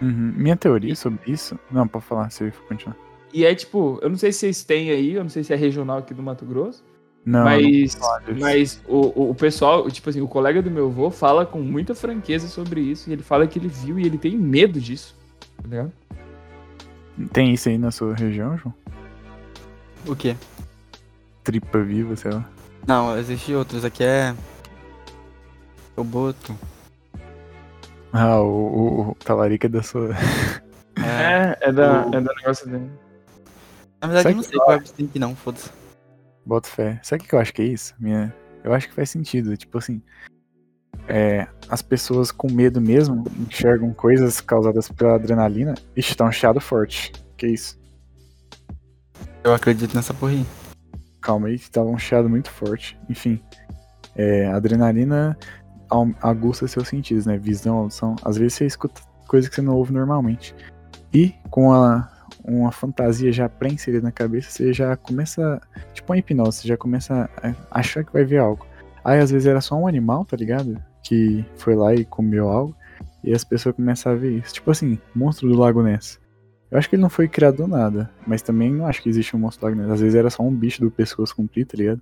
A: Uhum. Minha teoria sobre isso. Não, pode falar, você continua.
B: E é, tipo, eu não sei se vocês têm aí, eu não sei se é regional aqui do Mato Grosso.
A: Não, não
B: mas
A: pode falar disso.
B: Mas o, o- o pessoal, tipo assim, o colega do meu avô fala com muita franqueza sobre isso. E ele fala que ele viu e ele tem medo disso. Tá ligado?
A: Tem isso aí na sua região, João?
C: O quê?
A: Tripa viva, sei lá.
C: Não, existe outros. Aqui é. O Boto.
A: Ah, o, o, o talarica é da sua.
C: É.
B: É, é da, é do negócio dele.
C: Na verdade,
A: Sabe
C: eu não
A: que-
C: sei qual é o que não, foda-se.
A: Boto fé. Sabe o que eu acho que é isso? Minha... Eu acho que faz sentido. Tipo assim, é, as pessoas com medo mesmo enxergam coisas causadas pela adrenalina. Ixi, tá um chiado forte. Que isso?
C: Eu acredito nessa porra aí.
A: Calma aí, que tava um chiado muito forte. Enfim, é, a adrenalina au- aguça seus sentidos, né? Visão, audição. Às vezes você escuta coisa que você não ouve normalmente. E com a- uma fantasia já pré-inserida na cabeça, você já começa. Tipo uma hipnose, você já começa a achar que vai ver algo. Aí às vezes era só um animal, tá ligado? Que foi lá e comeu algo. E as pessoas começam a ver isso. Tipo assim, monstro do Lago Ness. Eu acho que ele não foi criado do nada, mas também não acho que existe um monstro lago Ness. Às vezes era só um bicho do pescoço comprido, tá ligado?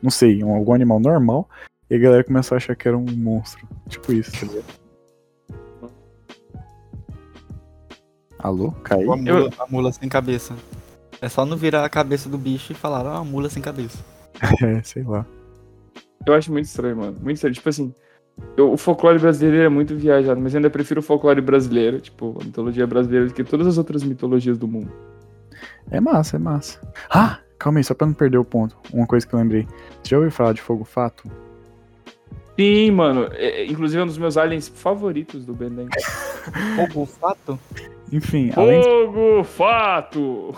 A: Não sei, um, algum animal normal, e a galera começou a achar que era um monstro. Tipo isso, tá ligado? Alô? Caiu?
C: A mula, a mula sem cabeça. É só não virar a cabeça do bicho e falar, ah, uma mula sem cabeça.
A: É, sei lá.
B: Eu acho muito estranho, mano. Muito estranho. Tipo assim, eu- o folclore brasileiro é muito viajado, mas eu ainda prefiro o folclore brasileiro, tipo, a mitologia brasileira, do que todas as outras mitologias do mundo.
A: É massa, é massa. Ah, calma aí, só pra não perder o ponto. Uma coisa que eu lembrei. Você já ouviu falar de fogo fato?
B: Sim, mano. É, é, inclusive é um dos meus aliens favoritos do Ben 10.
C: O fato?
A: Enfim, É, além,
B: Fogo, fato!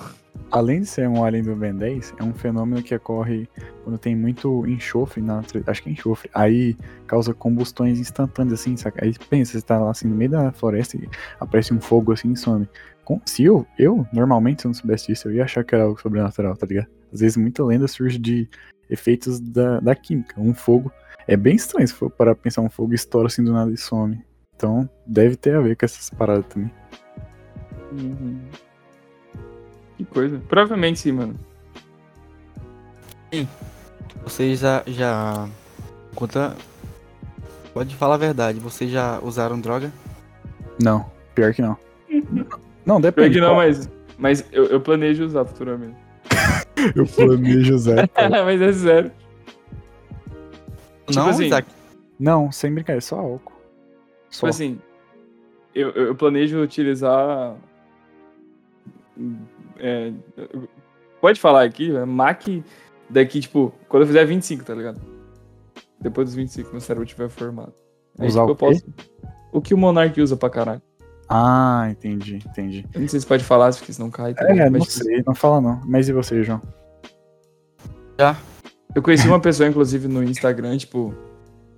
A: além de ser um alien do Ben 10, é um fenômeno que ocorre quando tem muito enxofre na natureza. Acho que é enxofre. Aí causa combustões instantâneas, assim, saca? Aí pensa, você tá lá assim no meio da floresta e aparece um fogo assim e some. Com- se eu, eu, normalmente, se eu não soubesse disso, eu ia achar que era algo sobrenatural, tá ligado? Às vezes muita lenda surge de efeitos da, da química. Um fogo. É bem estranho se for parar pra pensar um fogo estoura assim do nada e some. Então, deve ter a ver com essas paradas também.
B: Uhum. Que coisa. Provavelmente sim, mano.
C: Vocês já. já... Conta. Pode falar a verdade, vocês já usaram droga?
A: Não, pior que não. Não,
B: Uhum. Pior
A: depende.
B: que não,
A: qual-
B: mas, mas eu, eu planejo usar futuramente.
A: Eu planejo usar. pô.
B: mas é sério. Tipo
C: não,
B: assim,
C: Isaac.
A: Não, sem brincadeira, só álcool. Só.
B: Tipo assim, eu, eu eu planejo utilizar. é, pode falar aqui, né? Mac daqui, tipo, quando eu fizer 25, tá ligado? Depois dos 25, meu cérebro tiver formado. Aí,
A: Usar o
B: tipo, eu posso. O que o Monark usa pra caralho?
A: Ah, entendi, entendi.
B: Eu não sei se pode falar, porque senão cai. Tá ligado?
A: É, não
B: Mas, tipo,
A: sei, não fala não. Mas e você, João?
B: Eu conheci uma pessoa, inclusive, no Instagram, tipo,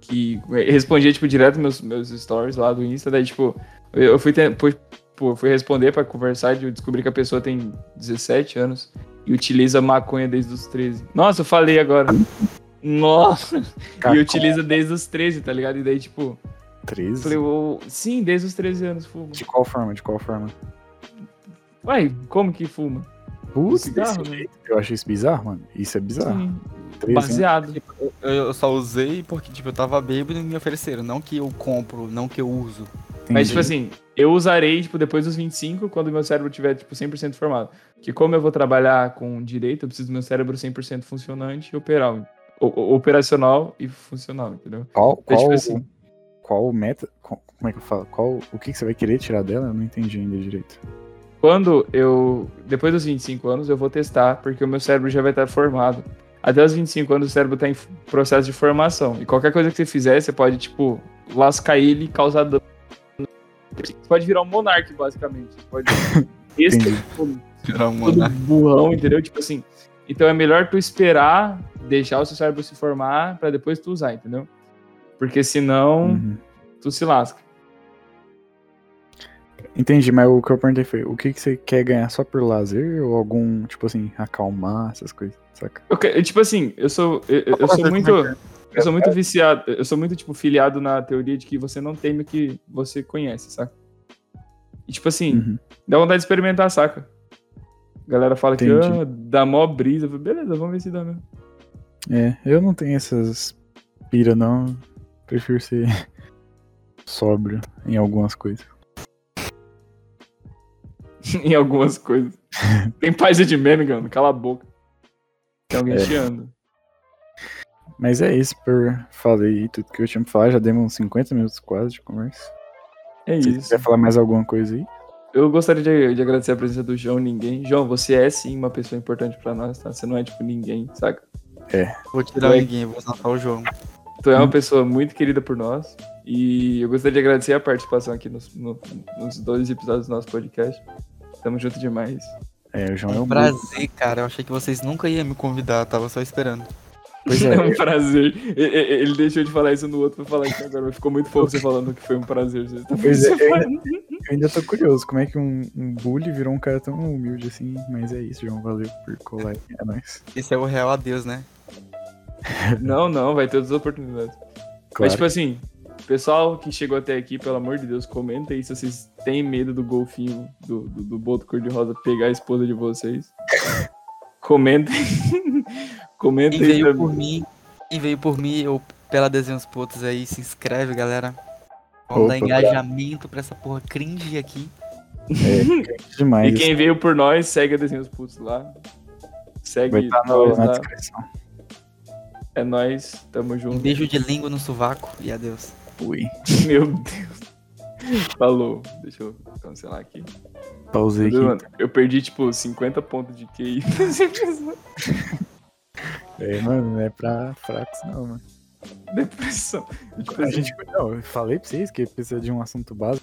B: que respondia, tipo, direto meus, meus stories lá do Insta, daí, tipo, eu eu fui, te- pô, pô, fui responder pra conversar e eu descobri que a pessoa tem 17 anos e utiliza maconha desde os 13. Nossa, eu falei agora. Nossa! E utiliza desde os 13, tá ligado? E daí, tipo, eu
A: 13?
B: falei, ô, sim, desde os 13 anos fuma.
A: De qual forma? De qual forma?
B: Uai, como que fuma?
A: Putz,
B: Cigarro,
A: desse
B: né?
A: jeito, eu achei isso bizarro, mano. Isso é bizarro.
B: Sim,
A: 13 anos.
B: baseado.
C: Eu, eu só usei porque, tipo, eu tava bêbado e me ofereceram. Não que eu compro, não que eu uso.
B: Mas, tipo
A: Entendi.
B: assim, eu usarei, tipo, depois dos 25, quando meu cérebro tiver, tipo, 100% formado. Porque como eu vou trabalhar com direito, eu preciso do meu cérebro 100% funcionante e operal. O- o- operacional e funcional, entendeu?
A: qual,
B: É
A: qual,
B: tipo assim,
A: qual meta. qual- como é que eu falo? Qual, o que, que você vai querer tirar dela? Eu não entendi ainda direito.
B: quando eu... Depois dos 25 anos, eu vou testar, porque o meu cérebro já vai estar formado. Até os 25 anos, o cérebro tá em f- processo de formação. E qualquer coisa que você fizer, você pode, tipo, lascar ele e causar dano. Você pode virar um monarca, basicamente. Você pode... Esse é
C: Era uma-
B: todo burrão, entendeu? Tipo assim. Então é melhor tu esperar, deixar o seu cérebro se formar pra depois tu usar, entendeu? Porque senão
A: Uhum.
B: tu se lasca.
A: Entendi, mas o que eu perguntei foi: o que, que você quer ganhar só por lazer ou algum, tipo assim, acalmar, essas coisas, saca?
B: Eu que- tipo assim, eu sou eu, eu- eu
A: Como
B: sou
A: é
B: muito eu sou muito viciado, eu sou muito tipo filiado na teoria de que você não teme o que você conhece, saca? E tipo assim,
A: Uhum.
B: dá vontade de experimentar, saca? A galera fala que
A: Entendi.
B: ah, dá mó brisa, Eu falo, beleza, vamos ver se dá mesmo.
A: É, eu não tenho essas pira, não. Prefiro ser sóbrio em algumas coisas.
B: em algumas coisas. Tem página de meme, mano, cala a boca. Tem alguém
A: É.
B: te anda.
A: Mas é isso, por falei tudo que eu tinha pra falar. Já demos uns 50 minutos quase de conversa.
B: É
A: Se
B: isso.
A: quiser falar mais alguma coisa aí,
B: Eu gostaria de, de agradecer a presença do João Ninguém. João, você é sim uma pessoa importante pra nós, tá? Você não é tipo ninguém, saca?
C: Vou tirar ninguém, vou usar só o João.
B: Tu é uma pessoa muito querida por nós. E eu gostaria de agradecer a participação aqui nos, no- nos dois episódios do nosso podcast. Tamo junto demais.
A: é, o João é
C: É
A: um
C: um prazer, cara. Eu achei que vocês nunca iam me convidar, tava só esperando.
A: Pois
B: é,
A: é,
B: um prazer. E- e- Ele deixou de falar isso no outro pra falar isso agora, mas ficou muito fofo você falando que foi um prazer. Você tá
A: Pois é,
B: você
A: eu-
B: falando.
A: Eu ainda tô curioso, como é que um, um bully virou um cara tão humilde assim, mas é isso, João. Valeu por colar aí. É nóis.
C: Esse é o real adeus, né?
B: Não, não, vai ter outras oportunidades. Mas, tipo assim, pessoal que chegou até aqui, pelo amor de Deus, comenta aí se vocês têm medo do golfinho, do, do, do boto cor-de-rosa pegar a esposa de vocês. Comentem.
C: Quem
B: comentem aí
C: veio
B: também.
C: por mim, quem veio por mim ou pela Desenhos Putos aí, se inscreve, galera.
A: Opa,
C: Vamos dar engajamento pra essa porra cringe aqui.
A: É grande demais.
B: E quem veio por nós, segue a Desenhos Putos lá.
A: Vai tá
B: Segue
A: estar
B: nós
A: na
B: lá.
A: descrição.
B: É nóis, tamo
C: Um
B: junto.
C: beijo de língua no sovaco e adeus.
A: Ui.
B: Meu Deus. Falou. Deixa eu cancelar aqui.
A: Pausei aqui.
B: Mano, eu perdi, tipo, 50 pontos de QI.
A: É, mano, não é pra fracos não, mano.
B: Depressão. Tipo
A: A
B: assim,
A: gente, não, eu falei pra vocês que precisa de um assunto básico.